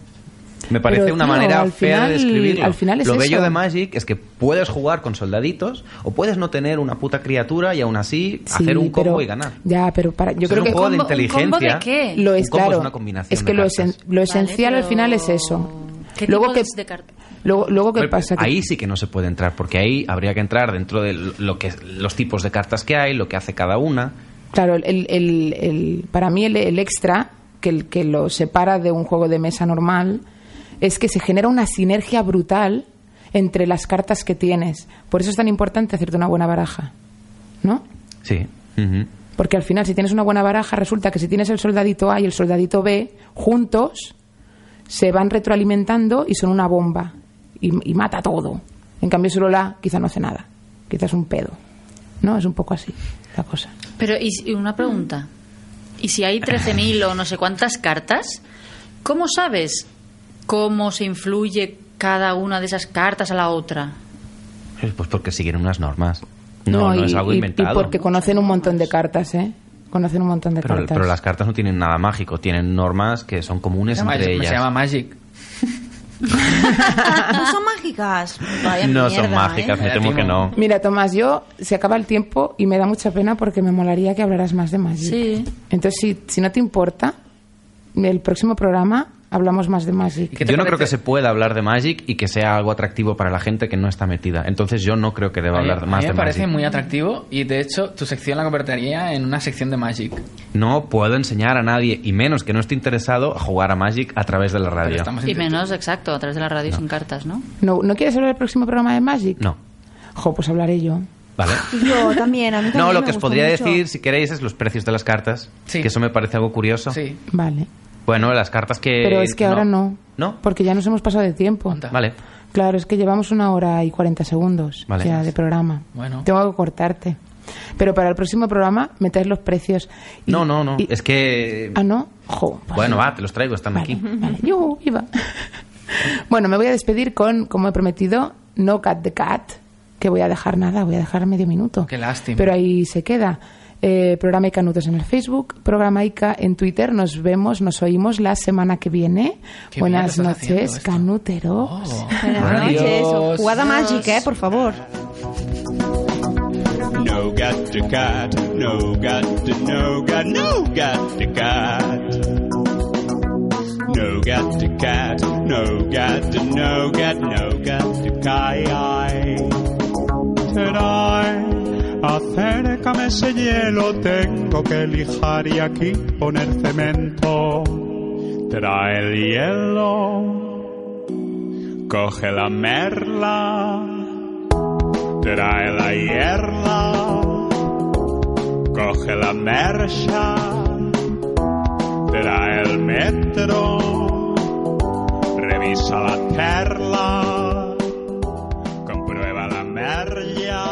C: Me parece
B: Pero,
C: una
B: tío,
C: manera
B: al
C: fea de
B: final-
C: describirlo.
B: al final es
C: Lo bello
B: eso.
C: de Magic es que puedes jugar con soldaditos o puedes no tener una puta criatura y aún así
B: Sí,
C: hacer un combo
B: pero-
C: y ganar.
B: Ya, pero para, yo
C: O sea,
B: creo
C: es
B: que
C: un juego de
F: combo- un combo de
C: inteligencia.
F: qué?
B: lo es
C: un combo
B: claro.
C: es una combinación
B: es que
C: de
B: lo,
C: cartas.
B: esen- lo esencial
F: pero-
B: al final es eso.
F: ¿Qué
B: luego
F: tipos
B: que
F: de cartas?
B: luego, luego qué
C: Pero
B: pasa que-
C: Ahí sí que no se puede entrar, porque ahí habría que entrar dentro de lo que los tipos de cartas que hay, lo que hace cada una.
B: claro, el, el- el- el- para mí el, el extra que el- que lo separa de un juego de mesa normal es que se genera una sinergia brutal entre las cartas que tienes. Por eso es tan importante hacerte una buena baraja, ¿no?
C: Sí. Ujú.
B: Porque al final, si tienes una buena baraja, resulta que si tienes el soldadito A y el soldadito B juntos, se van retroalimentando y son una bomba. Y, y mata todo. En cambio, solo la A quizá no hace nada. Quizás es un pedo. ¿No? Es un poco así la cosa.
F: Pero, y si- una pregunta. ¿Y si hay 13.000 o no sé cuántas cartas? ¿Cómo sabes cómo se influye cada una de esas cartas a la otra?
C: Pues porque siguen unas normas. No, no,
B: y,
C: es algo
B: y- y
C: inventado.
B: porque conocen un montón de cartas, ¿eh? Conocen un montón de
C: Pero,
B: cartas.
C: pero las cartas no tienen nada mágico, tienen normas que son comunes
D: Se llama- pues
C: entre
D: se
C: ellas.
D: llama
C: Magic.
E: Ah, No son mágicas.
C: *laughs*
E: Vaya
C: No son
E: mierda,
C: mágicas,
E: ¿eh?
C: me temo que no.
B: Mira, Tomás, yo se acaba el tiempo y me da mucha pena porque me molaría que hablaras más de Magic.
F: Sí.
B: Entonces, si, si no te importa, el próximo programa hablamos más de Magic.
C: Yo no creo que se pueda hablar de Magic y que sea algo atractivo para la gente que no está metida. Entonces yo no creo que deba
D: A mí-
C: hablar
D: a
C: más
D: mí
C: de
D: me parece
C: Magic.
D: muy atractivo y de hecho tu sección la convertiría en una sección de Magic.
C: No puedo enseñar a nadie, y menos que no esté interesado, a jugar a Magic a través de la radio.
F: Y menos, exacto, a través de la radio sin cartas, ¿no?
B: ¿No, ¿No quieres hablar del próximo programa de Magic?
C: No.
B: Jo, pues hablaré yo.
E: *laughs*
C: ¿Vale?
E: Yo también, a mí
C: No,
E: también
C: lo
E: me
C: que os
E: gustó
C: podría
E: mucho.
C: decir, si queréis, es los precios de las cartas. Que eso me parece algo curioso.
B: Vale.
C: Bueno, las cartas que...
B: Pero es que ahora no.
C: Eh, ¿No?
B: Porque ya nos hemos pasado de tiempo.
C: Vale.
B: Claro, es que llevamos una hora y 40 segundos
C: Vale.
B: ya de programa.
C: Bueno.
B: Tengo que cortarte. Pero para el próximo programa, meter los precios. Y-
C: No, no, no.
B: y-
C: Es que...
B: Ah, no. Jo,
C: Bueno, va, te los traigo, están aquí.
B: Vale, yujú,
E: *laughs*
B: iba. Bueno, me voy a despedir con, como he prometido, No Cat the Cat, que voy a dejar nada, voy a dejar medio minuto.
D: Qué lástima.
B: Pero ahí se queda. Eh, programa Ica Nudos en el Facebook, programa Ica en Twitter. Nos vemos, nos oímos la semana que viene.
E: Qué
B: Buenas
E: bien lo estás haciendo
B: noches,
E: esto. Oh.
B: Canúteros.
E: Buenas noches. o Jugada Magic, ¿eh? Por favor.
M: No got to cat, no got to no got no got to cat. No got to cat, no got to no got no got to kai. Today, acércame ese hielo, tengo que lijar y aquí poner cemento. Trae el hielo, coge la merla. Trae la hierba, coge la mercha, trae el metro, revisa la perla, comprueba la merlla.